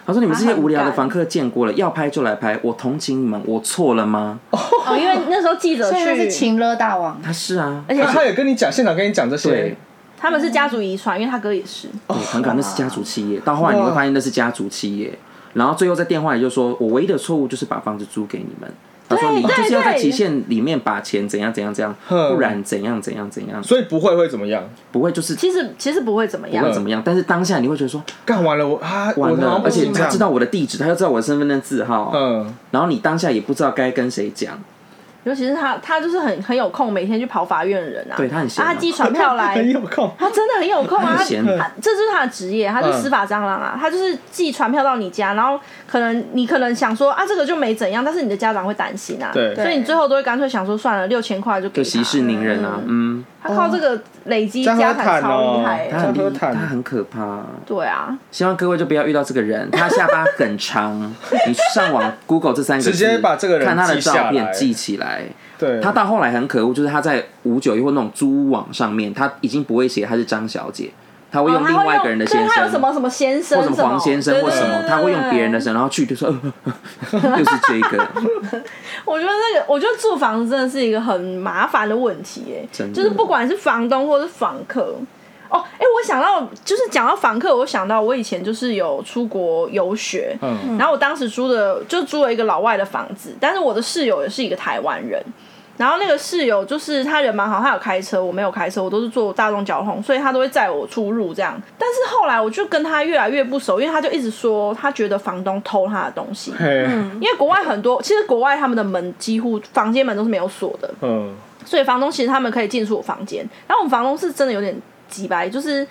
[SPEAKER 3] 他说：“你们这些无聊的房客见过了，要拍就来拍，我同情你们，我错了吗
[SPEAKER 5] 哦，因为那时候记者
[SPEAKER 4] 所以他是
[SPEAKER 5] 去，
[SPEAKER 4] 情勒大王？”。
[SPEAKER 3] 他是啊，
[SPEAKER 5] 而且
[SPEAKER 2] 他他也跟你讲，现场跟你讲这些
[SPEAKER 3] 对，
[SPEAKER 5] 他们是家族遗传，因为他哥也是。
[SPEAKER 2] 哦
[SPEAKER 3] 对，很可能那是家族企业。到后来你会发现那是家族企业，然后最后在电话里就说：“我唯一的错误就是把房子租给你们。”他说：“你
[SPEAKER 5] 对
[SPEAKER 3] 就是要在
[SPEAKER 5] 对
[SPEAKER 3] 期限里面把钱怎样怎样怎样，
[SPEAKER 2] 哼
[SPEAKER 3] 不然怎样怎样怎样，
[SPEAKER 2] 所以不会会怎么样？
[SPEAKER 3] 不会就是
[SPEAKER 5] 其实其实不会怎么样
[SPEAKER 3] 不，会怎么样。”但是当下你会觉得说。
[SPEAKER 2] 干完了我啊，
[SPEAKER 3] 完
[SPEAKER 2] 我好
[SPEAKER 3] 了
[SPEAKER 2] 像，不
[SPEAKER 3] 而且
[SPEAKER 2] 行这
[SPEAKER 3] 他
[SPEAKER 2] 样
[SPEAKER 3] 知道，我的地址，他又知道我的身份证字号，
[SPEAKER 2] 嗯，
[SPEAKER 3] 然后你当下也不知道该跟谁讲，
[SPEAKER 5] 尤其是他，他就是很很有空，每天去跑法院的人啊。
[SPEAKER 3] 对他很闲啊
[SPEAKER 5] 他寄传 票来，
[SPEAKER 2] 很有空，
[SPEAKER 5] 他真的很有空啊。
[SPEAKER 3] 很
[SPEAKER 5] 他
[SPEAKER 3] 闲
[SPEAKER 5] 他这就是他的职业，他是
[SPEAKER 2] 嗯
[SPEAKER 5] 司法蟑螂啊。他就是寄传票到你家，然后可能你可能想说啊，这个就没怎样，但是你的家长会担心啊。
[SPEAKER 2] 对
[SPEAKER 5] 所以你最后都会干脆想说，算了，六千块就给
[SPEAKER 3] 就
[SPEAKER 5] 他
[SPEAKER 3] 息。事宁人啊，嗯，
[SPEAKER 5] 他靠这个累积
[SPEAKER 2] 这
[SPEAKER 5] 家
[SPEAKER 2] 样好
[SPEAKER 5] 产
[SPEAKER 2] 惨
[SPEAKER 5] 超
[SPEAKER 2] 哦
[SPEAKER 5] 厉害
[SPEAKER 3] 他
[SPEAKER 5] 欸。
[SPEAKER 3] 很
[SPEAKER 2] 他喝
[SPEAKER 3] 厉，他
[SPEAKER 2] 炭
[SPEAKER 3] 很可怕。
[SPEAKER 5] 对啊，
[SPEAKER 3] 希望各位就不要遇到这个人，他下巴很 长，你上网 Google 这三个字，
[SPEAKER 2] 直接把这个人
[SPEAKER 3] 看他的
[SPEAKER 2] 记下
[SPEAKER 3] 照片
[SPEAKER 2] 来
[SPEAKER 3] 记起来。
[SPEAKER 2] 对，
[SPEAKER 3] 他到后来很可恶，就是他在五九一或那种租屋网上面，他已经不会写他是张小姐，他会
[SPEAKER 5] 哦
[SPEAKER 3] 用
[SPEAKER 5] 他
[SPEAKER 3] 另
[SPEAKER 5] 会
[SPEAKER 3] 外一个人的
[SPEAKER 5] 对
[SPEAKER 3] 先
[SPEAKER 5] 他
[SPEAKER 3] 生
[SPEAKER 5] 有。什么什么先生哦
[SPEAKER 3] 或什么黄先生
[SPEAKER 5] 对
[SPEAKER 3] 或什
[SPEAKER 5] 对
[SPEAKER 3] 么，
[SPEAKER 5] 对
[SPEAKER 3] 他会用别人的
[SPEAKER 5] 对
[SPEAKER 3] 声，然后去就说， 呃又是这个，
[SPEAKER 5] 我觉得那个，我觉得住房子真的是一个很麻烦的问题、欸，
[SPEAKER 3] 真的
[SPEAKER 5] 就是不管是房东或是房客。哦，哎、我想到，就是讲到房客，我想到我以前就是有出国游学，
[SPEAKER 2] 嗯
[SPEAKER 5] 然后我当时租的就租了一个老外的房子，但是我的室友也是一个台湾人，然后那个室友就是他人蛮好，他有开车，我没有开车，我都是坐大众交通，所以他都会载我出入这样。但是后来我就跟他越来越不熟，因为他就一直说他觉得房东偷他的东西，
[SPEAKER 2] 嘿，
[SPEAKER 5] 因为国外很多，其实国外他们的门几乎房间门都是没有锁的，
[SPEAKER 2] 嗯，
[SPEAKER 5] 所以房东其实他们可以进出我房间。然后我们房东是真的有点急白，就是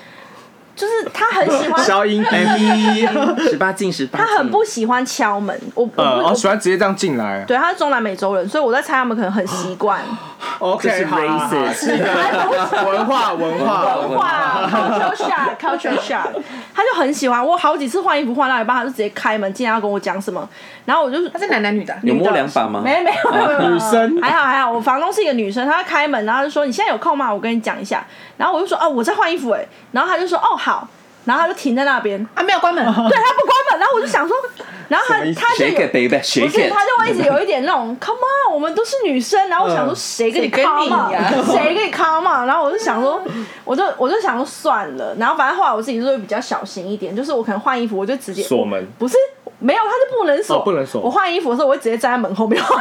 [SPEAKER 5] 就是他很喜 欢，
[SPEAKER 2] 消音 B，
[SPEAKER 3] 十八进十八，
[SPEAKER 5] 他很不喜欢敲门。我我不、
[SPEAKER 2] 呃，
[SPEAKER 5] 我
[SPEAKER 2] 我喜欢直接这样进来
[SPEAKER 5] 对，他是中南美洲人，所以我在猜他们可能很习惯
[SPEAKER 3] 这
[SPEAKER 2] ，OK，
[SPEAKER 3] 是
[SPEAKER 2] 好好好啊
[SPEAKER 3] racist
[SPEAKER 2] 是的文化文化，
[SPEAKER 5] 哇，culture shock，culture shock，他就很喜欢。我好几次换衣服换到一半，他就直接开门进来要跟我讲什么，然后我就
[SPEAKER 4] 他是男男女的啊，
[SPEAKER 3] 有摸两把吗？
[SPEAKER 5] 没没有没有没有没有
[SPEAKER 2] 女生
[SPEAKER 5] 还好还好，我房东是一个女生，她开门然后就说你现在有空吗？我跟你讲一下，然后我就说哦我在换衣服哎、然后她就说哦好，然后她就停在那边，对
[SPEAKER 4] 啊，没有关门，
[SPEAKER 5] 她不关门，然后我就想说，然后她
[SPEAKER 2] 什么意思
[SPEAKER 5] 她就
[SPEAKER 3] 谁
[SPEAKER 5] 有
[SPEAKER 3] 给 baby？谁
[SPEAKER 5] 不是，
[SPEAKER 3] 给？
[SPEAKER 5] 她就会一直有一点那种 come on，我们都是女生，然后我想说
[SPEAKER 2] 嗯
[SPEAKER 5] 谁跟你
[SPEAKER 4] 谁跟
[SPEAKER 5] come
[SPEAKER 4] 你
[SPEAKER 5] on，
[SPEAKER 4] 呀
[SPEAKER 2] 啊
[SPEAKER 5] 谁跟你 come on，然后我就想说，我就我就想说算了，然后反正后来我自己就会比较小心一点，就是我可能换衣服我就直接
[SPEAKER 2] 锁门
[SPEAKER 5] 不是。没有，他是不能锁、
[SPEAKER 2] 哦不能锁
[SPEAKER 5] 我换衣服的时候，我会直接站在门后面换。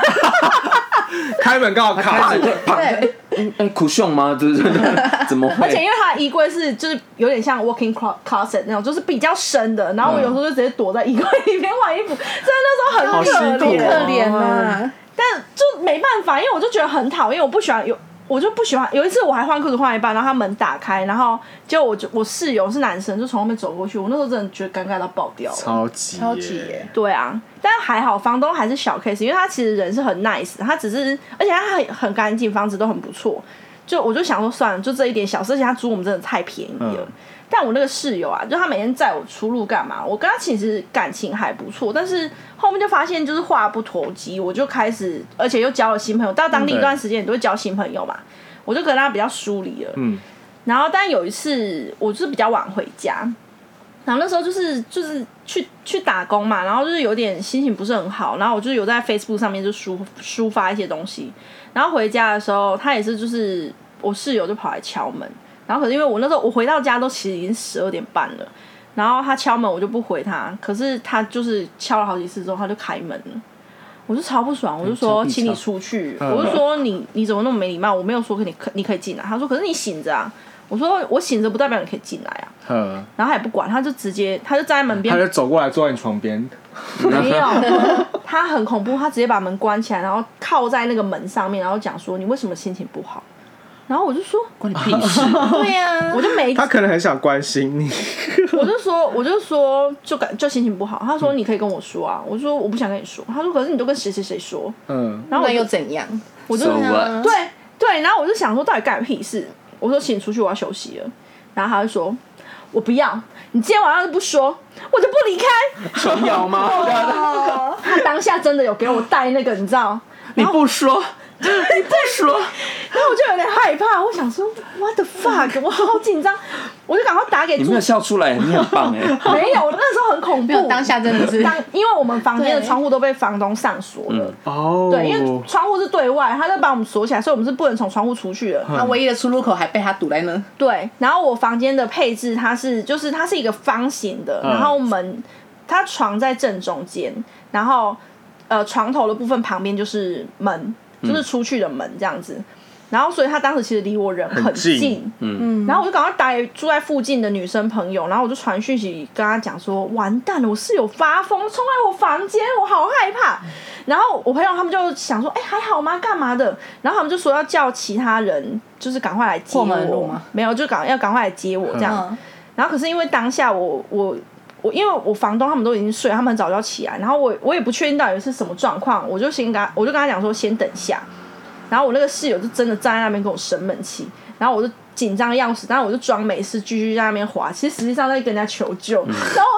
[SPEAKER 2] 开门刚好卡
[SPEAKER 3] 开
[SPEAKER 2] 住
[SPEAKER 3] 始，啪
[SPEAKER 4] 对，
[SPEAKER 3] 嗯哎，苦胸吗？对对对， 怎么
[SPEAKER 5] 而且因
[SPEAKER 3] 会？
[SPEAKER 5] 为他的衣柜是就是有点像 walking clo- closet 那种，就是比较深的，然后我有时候就直接躲在衣柜里面换衣服，真的那时候
[SPEAKER 4] 好
[SPEAKER 5] 很可
[SPEAKER 4] 好
[SPEAKER 5] 怜，
[SPEAKER 4] 可怜啊！
[SPEAKER 5] 但就没办法，因为我就觉得很讨厌，我不喜欢有。我就不喜欢，有一次我还换裤子换一半，然后他门打开，然后结果我就我室友是男生，就从后面走过去，我那时候真的觉得尴尬到爆掉了。
[SPEAKER 2] 超级
[SPEAKER 4] 超级耶，
[SPEAKER 5] 对啊，但还好房东还是小 case，因为他其实人是很 nice，他只是而且他很很干净，房子都很不错，就我就想说算了，就这一点小事，而且他租我们真的太便宜了。
[SPEAKER 2] 嗯
[SPEAKER 5] 但我那个室友啊，就他每天载我出入干嘛？我跟他其实感情还不错，但是后面就发现就是话不投机，我就开始，而且又交了新朋友。到当地一段时间，你都会交新朋友嘛，我就跟他比较疏离了。
[SPEAKER 2] 嗯，
[SPEAKER 5] 然后但有一次我就是比较晚回家，然后那时候就是就是去去打工嘛，然后就是有点心情不是很好，然后我就有在 Facebook 上面就抒抒发一些东西，然后回家的时候他也是就是我室友就跑来敲门，然后可是因为我那时候我回到家都其实已经十二点半了。然后他敲门，我就不回他。可是他就是敲了好几次之后，他就开门了，我就嗯超不爽，我嗯就
[SPEAKER 3] 敲
[SPEAKER 5] 说
[SPEAKER 3] 必
[SPEAKER 5] 请你
[SPEAKER 3] 敲
[SPEAKER 5] 出去，我就说你你怎么那么没礼貌？我没有说可你可你可以进来，他说可是你醒着啊，我说我醒着不代表你可以进来啊，
[SPEAKER 2] 嗯，
[SPEAKER 5] 然后他也不管，他就直接他就站在门边
[SPEAKER 2] 他，就走过来坐在你床边，
[SPEAKER 5] 没有，他很恐怖，他直接把门关起来，然后靠在那个门上面，然后讲说你为什么心情不好？然后我就说，
[SPEAKER 3] 关你屁事！
[SPEAKER 5] 对呀、
[SPEAKER 4] 啊
[SPEAKER 5] 我就 没
[SPEAKER 2] 他可能很想关心你。
[SPEAKER 5] 我就说，我就说，就感就心情不好。他说你可以跟我说啊，我说我不想跟你说。他说可是你都跟谁谁谁说，
[SPEAKER 2] 嗯，
[SPEAKER 5] 然后我
[SPEAKER 4] 那
[SPEAKER 5] 就
[SPEAKER 4] 又怎样？
[SPEAKER 5] 我就
[SPEAKER 3] So what？
[SPEAKER 5] 对对，然后我就想说到底干我屁事？我说请出去，我要休息了。然后他就说。我不要，你今天晚上都不说，我就不离开。
[SPEAKER 3] 手咬吗？
[SPEAKER 5] 啊他当下真的有给我带那个，你知道？
[SPEAKER 3] 你不说，你不说，
[SPEAKER 5] 然后我就有点害怕，我想说 what the fuck，我好紧张，我就赶快打 给
[SPEAKER 3] 你
[SPEAKER 5] 住
[SPEAKER 3] 没有笑出来，你很棒哎。
[SPEAKER 5] 没有，那时候很恐
[SPEAKER 4] 没有
[SPEAKER 5] 怖。
[SPEAKER 4] 当下真的是
[SPEAKER 5] 当，因为我们房间的
[SPEAKER 4] 对
[SPEAKER 5] 窗户都被房东上锁
[SPEAKER 3] 嗯
[SPEAKER 5] 了，
[SPEAKER 2] 哦，
[SPEAKER 5] 对，因为窗户是对外，他就把我们锁起来，所以我们是不能从窗户出去的。
[SPEAKER 4] 那唯一的出入口还被他堵在那。
[SPEAKER 5] 对，然后我房间的配置它是，就是它是一个方形的，
[SPEAKER 2] 嗯
[SPEAKER 5] 然后门，它床在正中间，然后呃床头的部分旁边就是门，就是出去的门这样子。然后，所以他当时其实离我人很
[SPEAKER 2] 很近
[SPEAKER 5] 近，
[SPEAKER 3] 嗯
[SPEAKER 5] 嗯，然后我就赶快打给住在附近的女生朋友，然后我就传讯息跟她讲说，完蛋了，我室友发疯冲来我房间，我好害怕。然后我朋友他们就想说，哎、还好吗？干嘛的？然后他们就说要叫其他人，就是赶快来接
[SPEAKER 4] 过门路
[SPEAKER 5] 我
[SPEAKER 4] 吗，
[SPEAKER 5] 没有，就赶要赶快来接我这样。
[SPEAKER 4] 嗯，
[SPEAKER 5] 然后可是因为当下我我我因为我房东他们都已经睡了，他们很早就要起来，然后我我也不确定到底是什么状况，我就先跟他我就跟他讲说先等一下，然后我那个室友就真的站在那边跟我生闷气，然后我就。紧张的样子，但是我就装没事，继续在那边滑。其实实际上在跟人家求救。
[SPEAKER 2] 嗯
[SPEAKER 5] 然后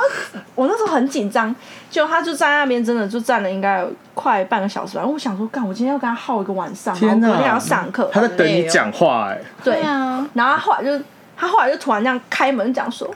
[SPEAKER 5] 我我那时候很紧张，就他就站在那边，真的就站了应该有快半个小时吧。我想说，干，我今天要跟他耗一个晚上，然后
[SPEAKER 2] 天哪
[SPEAKER 5] 我隔天还要上课。
[SPEAKER 2] 他在等你讲话哎，
[SPEAKER 5] 对
[SPEAKER 4] 啊，
[SPEAKER 5] 然后他后来就他后来就突然这样开门讲说。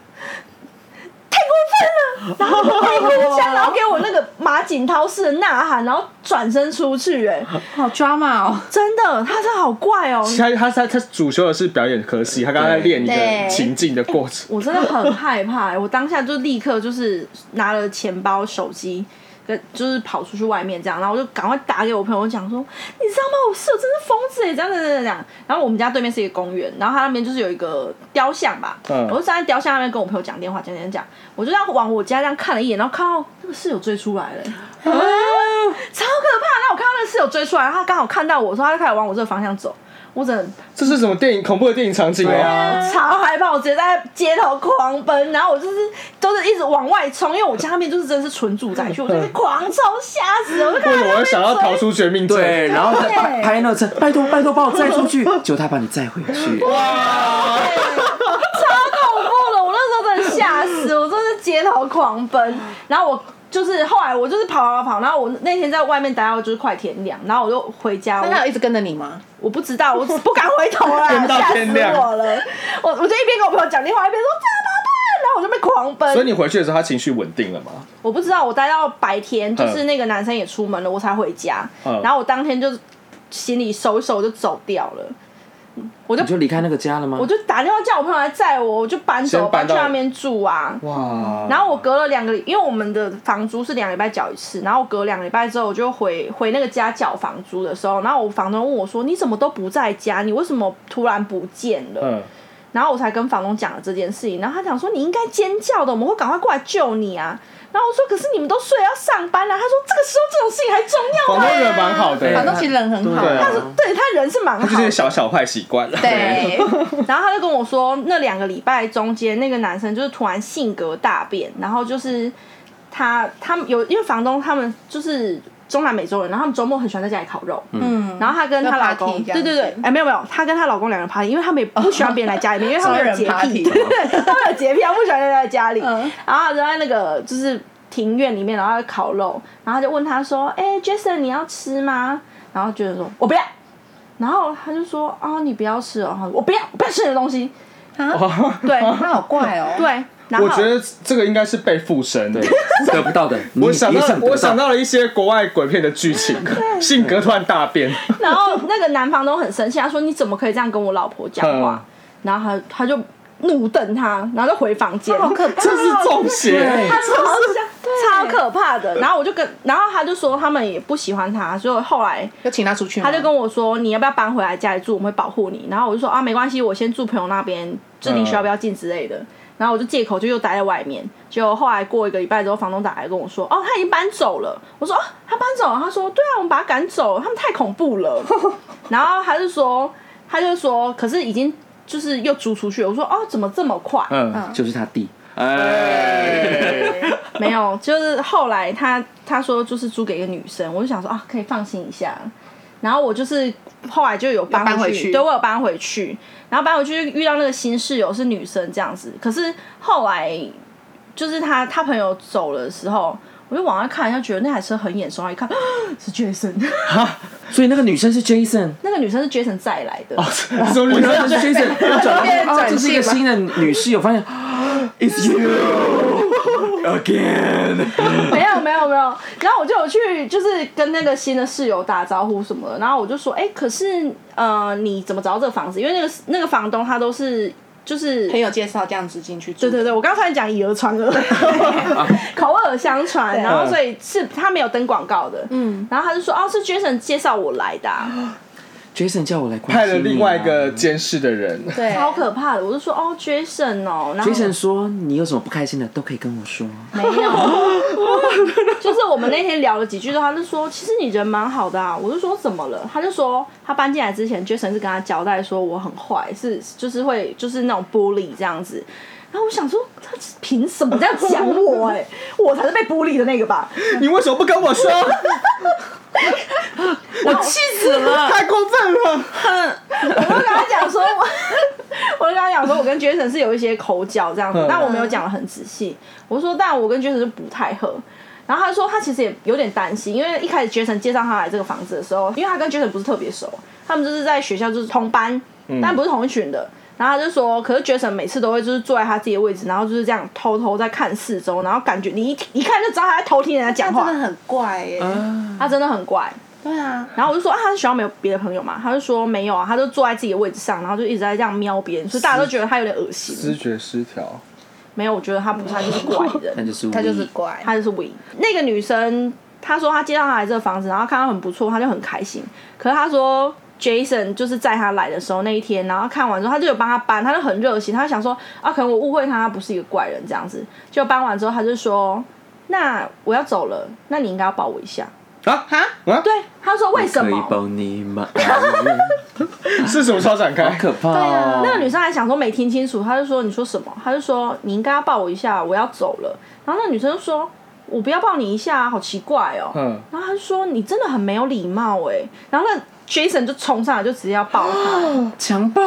[SPEAKER 5] 太过分了，然后拍一下，然后给我那个马景涛式的呐喊，然后转身出去、哎，
[SPEAKER 4] 好 drama 哦。
[SPEAKER 5] 真的，他真的好怪哦、
[SPEAKER 2] 他他他他主修的是表演科系，他刚刚在练你的
[SPEAKER 4] 对
[SPEAKER 2] 情境的过程。
[SPEAKER 5] 我真的很害怕、哎我当下就立刻就是拿了钱包、手机，跟就是跑出去外面这样，然后我就赶快打给我朋友讲说，你知道吗？我室友真是疯子哎，这样这样这样这样。然后我们家对面是一个公园，然后他那边就是有一个雕像吧，
[SPEAKER 2] 嗯
[SPEAKER 5] 我就站在雕像那边跟我朋友讲电话，讲讲讲，我就这样往我家这样看了一眼，然后看到那个室友追出来了、哎超可怕。然后我看到那个室友追出来，他刚好看到我说，他就开始往我这个方向走，我真的
[SPEAKER 2] 这是什么电影？恐怖的电影场景
[SPEAKER 3] 对
[SPEAKER 2] 啊！
[SPEAKER 3] 啊，
[SPEAKER 5] 超害怕，我直接在街头狂奔，然后我就是都是一直往外冲，因为我家那边就是真的是纯住宅区，我就是狂冲，吓死了！我就看
[SPEAKER 2] 为
[SPEAKER 5] 到
[SPEAKER 2] 什么会想要逃出绝命
[SPEAKER 3] 对，
[SPEAKER 2] 镇？
[SPEAKER 3] 然后他拍拍那个车，拜托拜托把我载出去，就他把你载回去。
[SPEAKER 5] 超恐怖的，我那时候真的吓死，我真的是街头狂奔，然后我。就是后来我就是跑跑跑，然后我那天在外面待到就是快天亮，然后我就回家，啊我
[SPEAKER 4] 那他有一直跟着你吗？
[SPEAKER 5] 我不知道，我只不敢回头啦，
[SPEAKER 2] 跟到
[SPEAKER 5] 吓死
[SPEAKER 2] 天亮
[SPEAKER 5] 我了。我我就一边跟我朋友讲电话，一边说怎么办，然后我就被狂奔。
[SPEAKER 2] 所以你回去的时候，他情绪稳定了吗？
[SPEAKER 5] 我不知道，我待到白天，就
[SPEAKER 2] 嗯
[SPEAKER 5] 是那个男生也出门了，我才回家。
[SPEAKER 2] 嗯
[SPEAKER 5] 然后我当天就行李收一收，我就走掉了。
[SPEAKER 2] 嗯
[SPEAKER 5] 我就
[SPEAKER 3] 你就离开那个家了吗？
[SPEAKER 5] 我就打电话叫我朋友来载我，我就搬走，
[SPEAKER 2] 先搬
[SPEAKER 5] 搬去
[SPEAKER 2] 到
[SPEAKER 5] 那边住啊。
[SPEAKER 2] 哇！
[SPEAKER 5] 然后我隔了两个礼，因为我们的房租是两个礼拜缴一次，然后我隔两个礼拜之后，我就回回那个家缴房租的时候，然后我房东问我说：“你怎么都不在家？你为什么突然不见了？”
[SPEAKER 2] 嗯，
[SPEAKER 5] 然后我才跟房东讲了这件事情，然后他讲说你应该尖叫的，我们会赶快过来救你啊。然后我说可是你们都睡了要上班了、啊，他说这个时候这种事情还重要
[SPEAKER 2] 广
[SPEAKER 5] 吗？
[SPEAKER 2] 东人蛮好的，
[SPEAKER 4] 反正其实人很好。
[SPEAKER 2] 对啊
[SPEAKER 5] 他说对他人是蛮好
[SPEAKER 2] 他就是
[SPEAKER 5] 的，
[SPEAKER 2] 小小坏习惯。
[SPEAKER 4] 对，
[SPEAKER 5] 然后他就跟我说那两个礼拜中间那个男生就是突然性格大变，然后就是他他们有因为房东他们就是。中南美洲人，然后他们周末很喜欢在家里烤肉，嗯，然后她跟
[SPEAKER 4] 要
[SPEAKER 5] 她老
[SPEAKER 4] party
[SPEAKER 5] 公，对
[SPEAKER 4] 这样
[SPEAKER 5] 对对
[SPEAKER 4] 子，
[SPEAKER 5] 哎没有没有，她跟她老公两人 party，因为他们也不喜欢别人来家里面，因为他们有洁
[SPEAKER 4] 双人
[SPEAKER 5] 癖，
[SPEAKER 4] party
[SPEAKER 5] 对对对，他们有洁癖，他们不喜欢人在家里，
[SPEAKER 4] 嗯
[SPEAKER 5] 然后就在那个就是庭院里面，然后在烤肉，然后就问他说，哎、j a s o n 你要吃吗？然后觉得说哦我不要，然后他就说啊、你不要吃哦，他说我不要，我不要吃你的东西， 对
[SPEAKER 4] 他好怪哦。
[SPEAKER 5] 对，然后
[SPEAKER 2] 我觉得这个应该是被附身的。
[SPEAKER 3] 得不到的，
[SPEAKER 2] 我
[SPEAKER 3] 你
[SPEAKER 2] 想
[SPEAKER 3] 也
[SPEAKER 2] 到
[SPEAKER 3] 想，
[SPEAKER 2] 我想，到了一些国外鬼片的剧情， 性格突然大变。
[SPEAKER 5] 然后那个男房东很生气，他说：“你怎么可以这样跟我老婆讲话？”
[SPEAKER 2] 嗯
[SPEAKER 5] 然后他他就怒瞪他，然后就回房间，
[SPEAKER 4] 好可 怕哦，
[SPEAKER 2] 这是中
[SPEAKER 3] 对
[SPEAKER 2] 邪，
[SPEAKER 5] 他超超可怕的。然后我就跟，然后他就说他们也不喜欢他，所以后来
[SPEAKER 4] 要请他出去吗，
[SPEAKER 5] 他就跟我说：“你要不要搬回来家里住？我们会保护你。”然后我就说：“啊，没关系，我先住朋友那边，就
[SPEAKER 4] 嗯
[SPEAKER 5] 你需要不要进之类的。”然后我就借口就又待在外面。就后来过一个礼拜之后，房东打来跟我说：“哦，他已经搬走了。”我说：“哦，他搬走了。”他说：“对啊，我们把他赶走了，他们太恐怖了。” 然后他就说：“他就说，可是已经就是又租出去了。”我说：“哦，怎么这么快？”
[SPEAKER 2] 嗯，
[SPEAKER 3] 就是他弟，哎，
[SPEAKER 5] 没有，就是后来他他说就是租给一个女生，我就想说啊，可以放心一下。然后我就是后来就有搬
[SPEAKER 4] 搬回
[SPEAKER 5] 去，
[SPEAKER 4] 去
[SPEAKER 5] 对我有搬回去，然后搬回去遇到那个新室友是女生这样子，可是后来就是他他朋友走了的时候，我就往外看，就觉得那台车很眼熟，然后一看 是 Jason，
[SPEAKER 3] 所以那个女生是 Jason，
[SPEAKER 5] 那个女生是 Jason 再来的，
[SPEAKER 2] 说你
[SPEAKER 3] 我知道这是 Jason，他转
[SPEAKER 4] 变
[SPEAKER 3] 到
[SPEAKER 4] 转
[SPEAKER 3] 哦，这是一个
[SPEAKER 4] 性
[SPEAKER 3] 新的女室友，发现 It's you again，
[SPEAKER 5] 没有没有没有，然后我就有去，就是跟那个新的室友打招呼什么的，然后我就说，哎、可是呃，你怎么找到这个房子？因为那个那个房东他都是就是
[SPEAKER 4] 朋友介绍这样子进去住，
[SPEAKER 5] 对对对，我刚才讲以讹传讹，口耳相传，然后所以是他没有登广告的，嗯，然后他就说，哦，是 Jason 介绍我来的啊、
[SPEAKER 3] Jason 叫我来关
[SPEAKER 2] 派
[SPEAKER 3] 心
[SPEAKER 2] 了
[SPEAKER 3] 你啊
[SPEAKER 2] 另外一个监视的人，
[SPEAKER 4] 对，
[SPEAKER 5] 超可怕的，我就说，哦，Jason 哦，然后
[SPEAKER 3] Jason 说：“你有什么不开心的都可以跟我说。
[SPEAKER 5] 没有，就是我们那天聊了几句之后，他就说，其实你人蛮好的啊。我就说怎么了？他就说他搬进来之前，Jason 是跟他交代说我很坏，是就是会就是那 种玻璃这样子。然后我想说，他凭什么这样讲我、哎，我才是被玻璃的那个吧？
[SPEAKER 2] 你为什么不跟 我说？
[SPEAKER 5] 我气死了！
[SPEAKER 2] 太过分了！
[SPEAKER 5] 我就跟他讲说，我我就跟他讲说，我跟 Jason 是有一些口角这样子
[SPEAKER 2] 嗯，
[SPEAKER 5] 但我没有讲的很仔细。我说，但我跟 Jason 就不太合。然后他说，他其实也有点担心，因为一开始 Jason 介绍他来这个房子的时候，因为他跟 Jason 不是特别熟，他们就是在学校就是同班，但不是同一群的。然后他就说，可是 Jason 每次都会就是坐在他自己的位置，然后就是这样偷偷在看四周，然后感觉你一一看就知道他在偷听人家
[SPEAKER 4] 他
[SPEAKER 5] 讲
[SPEAKER 4] 啊真
[SPEAKER 5] 话
[SPEAKER 4] 的，很怪耶。
[SPEAKER 5] 他真的很怪。
[SPEAKER 4] 对啊，
[SPEAKER 5] 然后我就说、啊、他学校没有别的朋友嘛，他就说没有啊，他就坐在自己的位置上，然后就一直在这样瞄别人，所以大家都觉得他有点恶
[SPEAKER 2] 知
[SPEAKER 5] 心。
[SPEAKER 2] 觉失调，
[SPEAKER 5] 没有，我觉得他不是，他就是怪”
[SPEAKER 3] 那
[SPEAKER 5] 人，
[SPEAKER 3] 就是
[SPEAKER 4] 他就是
[SPEAKER 3] we
[SPEAKER 4] 怪，
[SPEAKER 5] 他就是 we。那个女生她说她接到她来这个房子，然后看到很不错，她就很开心。可是她说 Jason 就是在她来的时候那一天，然后看完之后，他就有帮她搬，他就很热心，他就想说啊，可能我误会他，他不是一个怪人这样子。就搬完之后，他就说那我要走了，那你应该要抱我一下。
[SPEAKER 2] 啊啊！
[SPEAKER 5] 对，他说为什
[SPEAKER 3] 可以
[SPEAKER 5] 么？
[SPEAKER 3] 抱你吗？好
[SPEAKER 2] 是什么时候展开？
[SPEAKER 3] 可怕哦！
[SPEAKER 5] 啊那个女生还想说没听清楚，她就说你说什么？她就说你应该要抱我一下，我要走了。然后那个女生就说我不要抱你一下啊，好奇怪哦。
[SPEAKER 2] 嗯，
[SPEAKER 5] 然后她就说你真的很没有礼貌哎、然后那 Jason 就冲上来就直接要 抱她，
[SPEAKER 3] 强暴，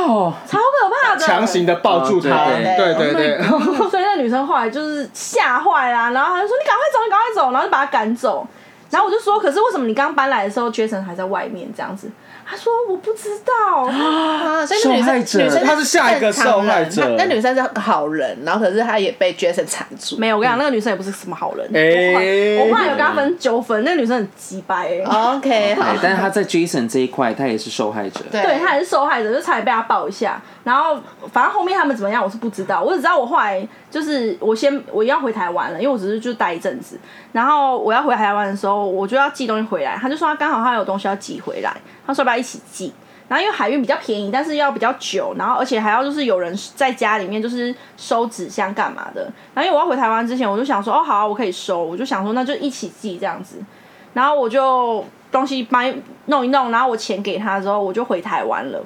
[SPEAKER 5] 超可怕的，
[SPEAKER 2] 强行。的抱住他，
[SPEAKER 3] 哦
[SPEAKER 2] 对
[SPEAKER 4] 对
[SPEAKER 2] 对对，
[SPEAKER 5] 所以那个女生后来就是吓坏啦，然后她就说你赶快走，你赶快走，然后就把她赶走。然后我就说，可是为什么你刚搬来的时候，Jason 还在外面这样子？她说我不知 道，
[SPEAKER 4] 啊，所以那女
[SPEAKER 3] 受害
[SPEAKER 4] 生
[SPEAKER 3] 者
[SPEAKER 4] 女生
[SPEAKER 2] 她是下一个受害者
[SPEAKER 4] 正常人她那女生是个好人，然后可是她也被 Jason 缠住。
[SPEAKER 5] 没有，我跟你讲，那个女生也不是什么好人。
[SPEAKER 2] 哎
[SPEAKER 5] 我后来我后来有跟她分纠纷，那个女生很鸡掰、欸，
[SPEAKER 4] OK，好
[SPEAKER 3] 哎对，，但是他在 Jason 这一块，他也是受害者。
[SPEAKER 4] 对
[SPEAKER 5] 对，她也是受害者，就差点被她抱一下。然后反正后面他们怎么样，我是不知道。我只知道我后来就是我先我要回台湾了，因为我只是就待一阵子。然后我要回台湾的时候，我就要寄东西回来，他就说他啊刚好他有东西要寄回来，他说要不要一起寄？然后因为海运比较便宜，但是要比较久，然后而且还要就是有人在家里面就是收纸箱干嘛的。然后因为我要回台湾之前，我就想说哦好、啊，我可以收，我就想说那就一起寄这样子。然后我就东西搬弄一弄，然后我钱给他之后，我就回台湾了。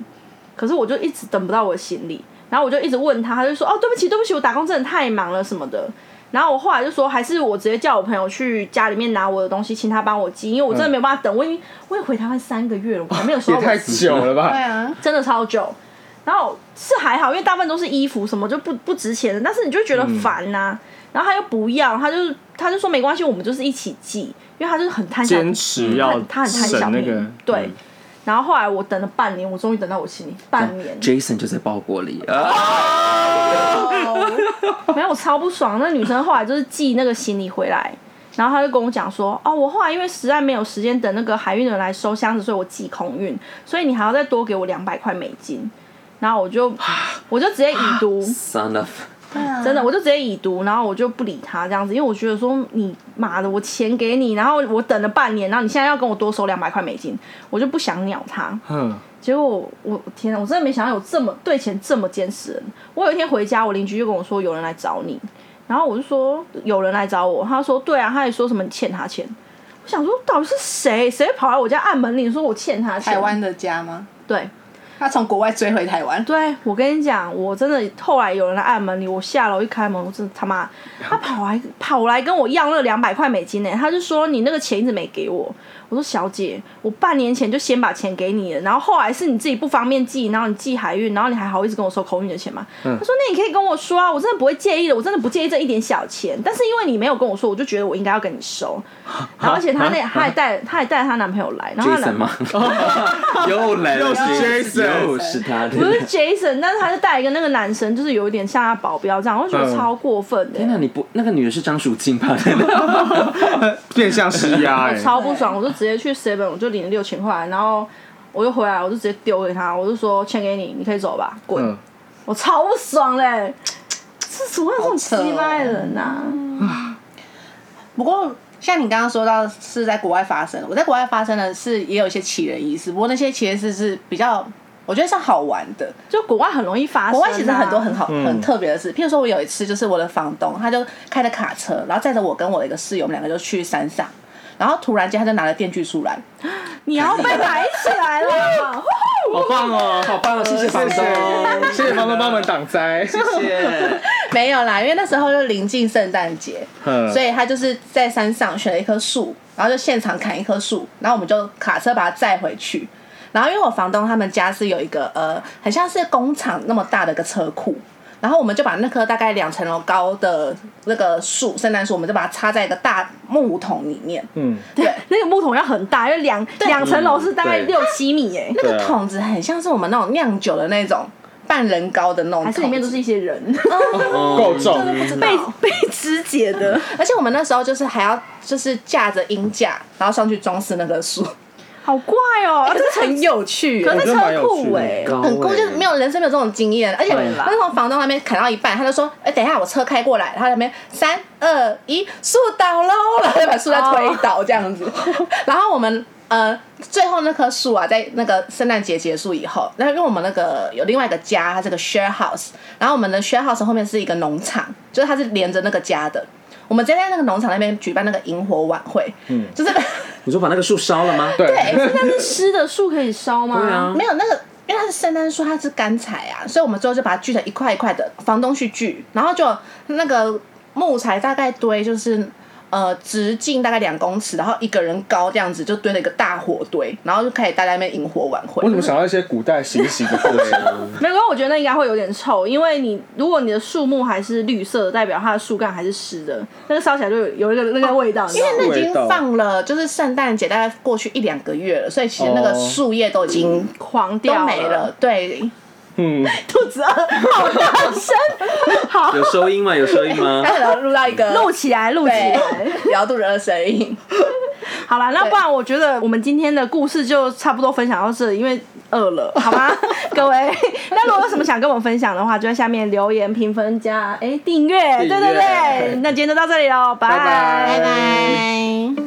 [SPEAKER 5] 可是我就一直等不到我的行李，然后我就一直问他，他就说：“哦，对不起，对不起，我打工真的太忙了什么的。”然后我后来就说，还是我直接叫我朋友去家里面拿我的东西，请他帮我寄，因为我真的没有办法等，我已经我也回台湾三个月了，我还没有收
[SPEAKER 2] 也
[SPEAKER 5] 到我
[SPEAKER 2] 太
[SPEAKER 5] 的信，
[SPEAKER 2] 久了吧？
[SPEAKER 4] 对啊，
[SPEAKER 5] 真的超久。然后是还好，因为大部分都是衣服什么就不不值钱的，但是你就觉得烦呐、然后他又不要，他就是他就说没关系，我们就是一起寄，因为他就是很贪小
[SPEAKER 2] 坚持要
[SPEAKER 5] 很他很贪小
[SPEAKER 2] 省那
[SPEAKER 5] 便宜
[SPEAKER 2] 个，
[SPEAKER 5] 对。
[SPEAKER 2] 嗯
[SPEAKER 5] 然后后来我等了半年，我终于等到我心里半年，
[SPEAKER 3] Jason 就在包裹里啊，
[SPEAKER 5] 没有我超不爽。那女生后来就是寄那个行李回来，然后她就跟我讲说，哦，我后来因为实在没有时间等那个海运的人来收箱子，所以我寄空运，所以你还要再多给我两百块美金。然后 我就我就直接已读，
[SPEAKER 3] ，son of，
[SPEAKER 2] 啊
[SPEAKER 5] 真的，我就直接已读，然后我就不理他这样子，因为我觉得说你妈的，我钱给你，然后我等了半年，然后你现在要跟我多收两百块美金，我就不想鸟他。
[SPEAKER 2] 哼，
[SPEAKER 5] 结果我我天啊，我真的没想到有这么对钱这么坚持的人。我有一天回家，我邻居就跟我说有人来找你，然后我就说有人来找我，他说对啊，他也说什么你欠他钱。我想说到底是谁，谁跑来我家按门铃说我欠他钱？
[SPEAKER 4] 台湾的家吗？
[SPEAKER 5] 对。
[SPEAKER 4] 他从国外追回台湾，
[SPEAKER 5] 对，我跟你讲，我真的后来有人来按门铃，我下楼一开门，我真的他妈，他跑来跑来跟我要那两百块美金呢、他就说你那个钱一直没给我，我说小姐，我半年前就先把钱给你了，然后后来是你自己不方便寄，然后你寄海运，然后你还好意思跟我收口运的钱吗？
[SPEAKER 3] 嗯
[SPEAKER 5] 他说那你可以跟我说啊，我真的不会介意的，我真的不介意这一点小钱，但是因为你没有跟我说，我就觉得我应该要跟你收，然后而且他那他还带他还带她男朋友来，然后她
[SPEAKER 3] Jason
[SPEAKER 5] 男
[SPEAKER 3] 吗？ 又来了，
[SPEAKER 2] 又是 Jason
[SPEAKER 3] 又是他的
[SPEAKER 5] 不。是 Jason，但是他就带一个那个男生，就是有一点像他保镖这样，我就觉得
[SPEAKER 2] 嗯
[SPEAKER 5] 超过分的、欸
[SPEAKER 3] 天哪，你不那个女的是张淑静吧？
[SPEAKER 2] 变相施压
[SPEAKER 5] 我
[SPEAKER 2] 哎，
[SPEAKER 5] 超不爽，我就直接去 Seven，我就领了六千块，然后我就回来，我就直接丢给他，我就说钱给你，你可以走吧，滚！
[SPEAKER 2] 嗯，
[SPEAKER 5] 我超不爽嘞、这怎么会有这种奇怪的人呐、啊
[SPEAKER 4] 不过像你刚刚说到是在国外发生的，我在国外发生的是也有一些奇人异事，不过那些奇人异事是比较我觉得是好玩的，
[SPEAKER 5] 就国外很容易发生、啊
[SPEAKER 4] 国外其实很多很
[SPEAKER 5] 好，
[SPEAKER 4] 好、很特别的事，譬如说，我有一次就是我的房东，他就开着卡车，然后载着我跟我的一个室友，我们两个就去山上，然后突然间他就拿了电锯出来，
[SPEAKER 5] 你要被埋起来了。
[SPEAKER 2] 好棒哦，
[SPEAKER 3] 好棒哦，谢谢房
[SPEAKER 2] 谢
[SPEAKER 3] 东，
[SPEAKER 2] 谢谢房东帮我们挡灾，
[SPEAKER 3] 谢谢。
[SPEAKER 4] 没有啦，因为那时候就临近圣诞节，
[SPEAKER 2] 嗯
[SPEAKER 4] 所以他就是在山上选了一棵树，然后就现场砍一棵树，然后我们就卡车把它载回去。然后因为我房东他们家是有一个呃，很像是工厂那么大的一个车库，然后我们就把那棵大概两层楼高的那个树，圣诞树，我们就把它插在一个大木桶里面。
[SPEAKER 2] 嗯，
[SPEAKER 4] 对，
[SPEAKER 5] 那个木桶要很大，因为两两层楼是大概
[SPEAKER 2] 嗯对
[SPEAKER 5] 六七米耶、
[SPEAKER 4] 那
[SPEAKER 2] 对啊
[SPEAKER 4] 个桶子很像是我们那种酿酒的那种半人高的那种
[SPEAKER 5] 还
[SPEAKER 4] 桶
[SPEAKER 5] 是
[SPEAKER 4] 子，
[SPEAKER 5] 里面都是一些人
[SPEAKER 2] 够重，
[SPEAKER 5] 被被肢解的。
[SPEAKER 4] 而且我们那时候就是还要就是架着鹰架，然后上去装饰那棵 树，
[SPEAKER 5] 好怪 哦、
[SPEAKER 4] 真的 很有趣
[SPEAKER 5] 可
[SPEAKER 4] 耶。
[SPEAKER 5] 是
[SPEAKER 2] 我觉得蛮
[SPEAKER 5] 车
[SPEAKER 2] 有趣
[SPEAKER 5] 库
[SPEAKER 2] 的
[SPEAKER 5] 哎、
[SPEAKER 4] 很酷，就是没有人生没有这种经验，而且
[SPEAKER 5] 对啦
[SPEAKER 4] 那时候房东那边砍到一半，他就说：“哎、等一下，我车开过来。”他在那边三二一，树倒喽，然后就把树再
[SPEAKER 5] 哦
[SPEAKER 4] 推倒这样子。 然后我们呃，最后那棵树啊，在那个圣诞节结束以后，那因为我们那个有另外一个家，它是个 share house，然后我们的 share house 后面是一个农场，就是它是连着那个家的。我们直接在那个农场那边举办那个萤火晚会，嗯，就是
[SPEAKER 3] 你说把那个树烧了吗？对，
[SPEAKER 2] 对，
[SPEAKER 5] 湿的树可以烧吗？
[SPEAKER 3] 对啊
[SPEAKER 4] 没有那个，因为它是圣诞树，它是干柴啊，所以我们最后就把它锯成一块一块的，房东去锯，然后就那个木材大概堆就是。呃，直径大概两公尺，然后一个人高这样子，就堆了一个大火堆，然后就开始大家在那边萤火晚会
[SPEAKER 2] 我。怎么想到一些古代行刑的过程？
[SPEAKER 5] 没有，我觉得那应该会有点臭，因为你如果你的树木还是绿色的，代表它的树干还是湿的，那个烧起来就有有一个那个味道，你知
[SPEAKER 4] 因
[SPEAKER 5] 道
[SPEAKER 4] 为
[SPEAKER 5] 吗
[SPEAKER 4] 那已经
[SPEAKER 2] 味道
[SPEAKER 4] 放了，就是圣诞节大概过去一两个月了，所以其实那个
[SPEAKER 2] 哦
[SPEAKER 4] 树叶都已经
[SPEAKER 5] 狂
[SPEAKER 4] 都
[SPEAKER 5] 掉
[SPEAKER 4] 没嗯了。对，
[SPEAKER 2] 嗯，
[SPEAKER 5] 肚子饿，好大声， 好
[SPEAKER 3] 有收音吗？有收音吗
[SPEAKER 4] 它？可能 录到一个
[SPEAKER 5] 录起来，录起
[SPEAKER 4] 对
[SPEAKER 5] 来。
[SPEAKER 4] 摇肚子的声音。
[SPEAKER 5] 好啦，那不然我觉得我们今天的故事就差不多分享到这里，因为饿了，好吗？ 各位，那如果有什么想跟我们分享的话，就在下面留言、评分加哎订阅，对对
[SPEAKER 2] 订阅
[SPEAKER 5] 对。那今天就到这里喽，
[SPEAKER 2] 拜拜
[SPEAKER 4] 拜拜。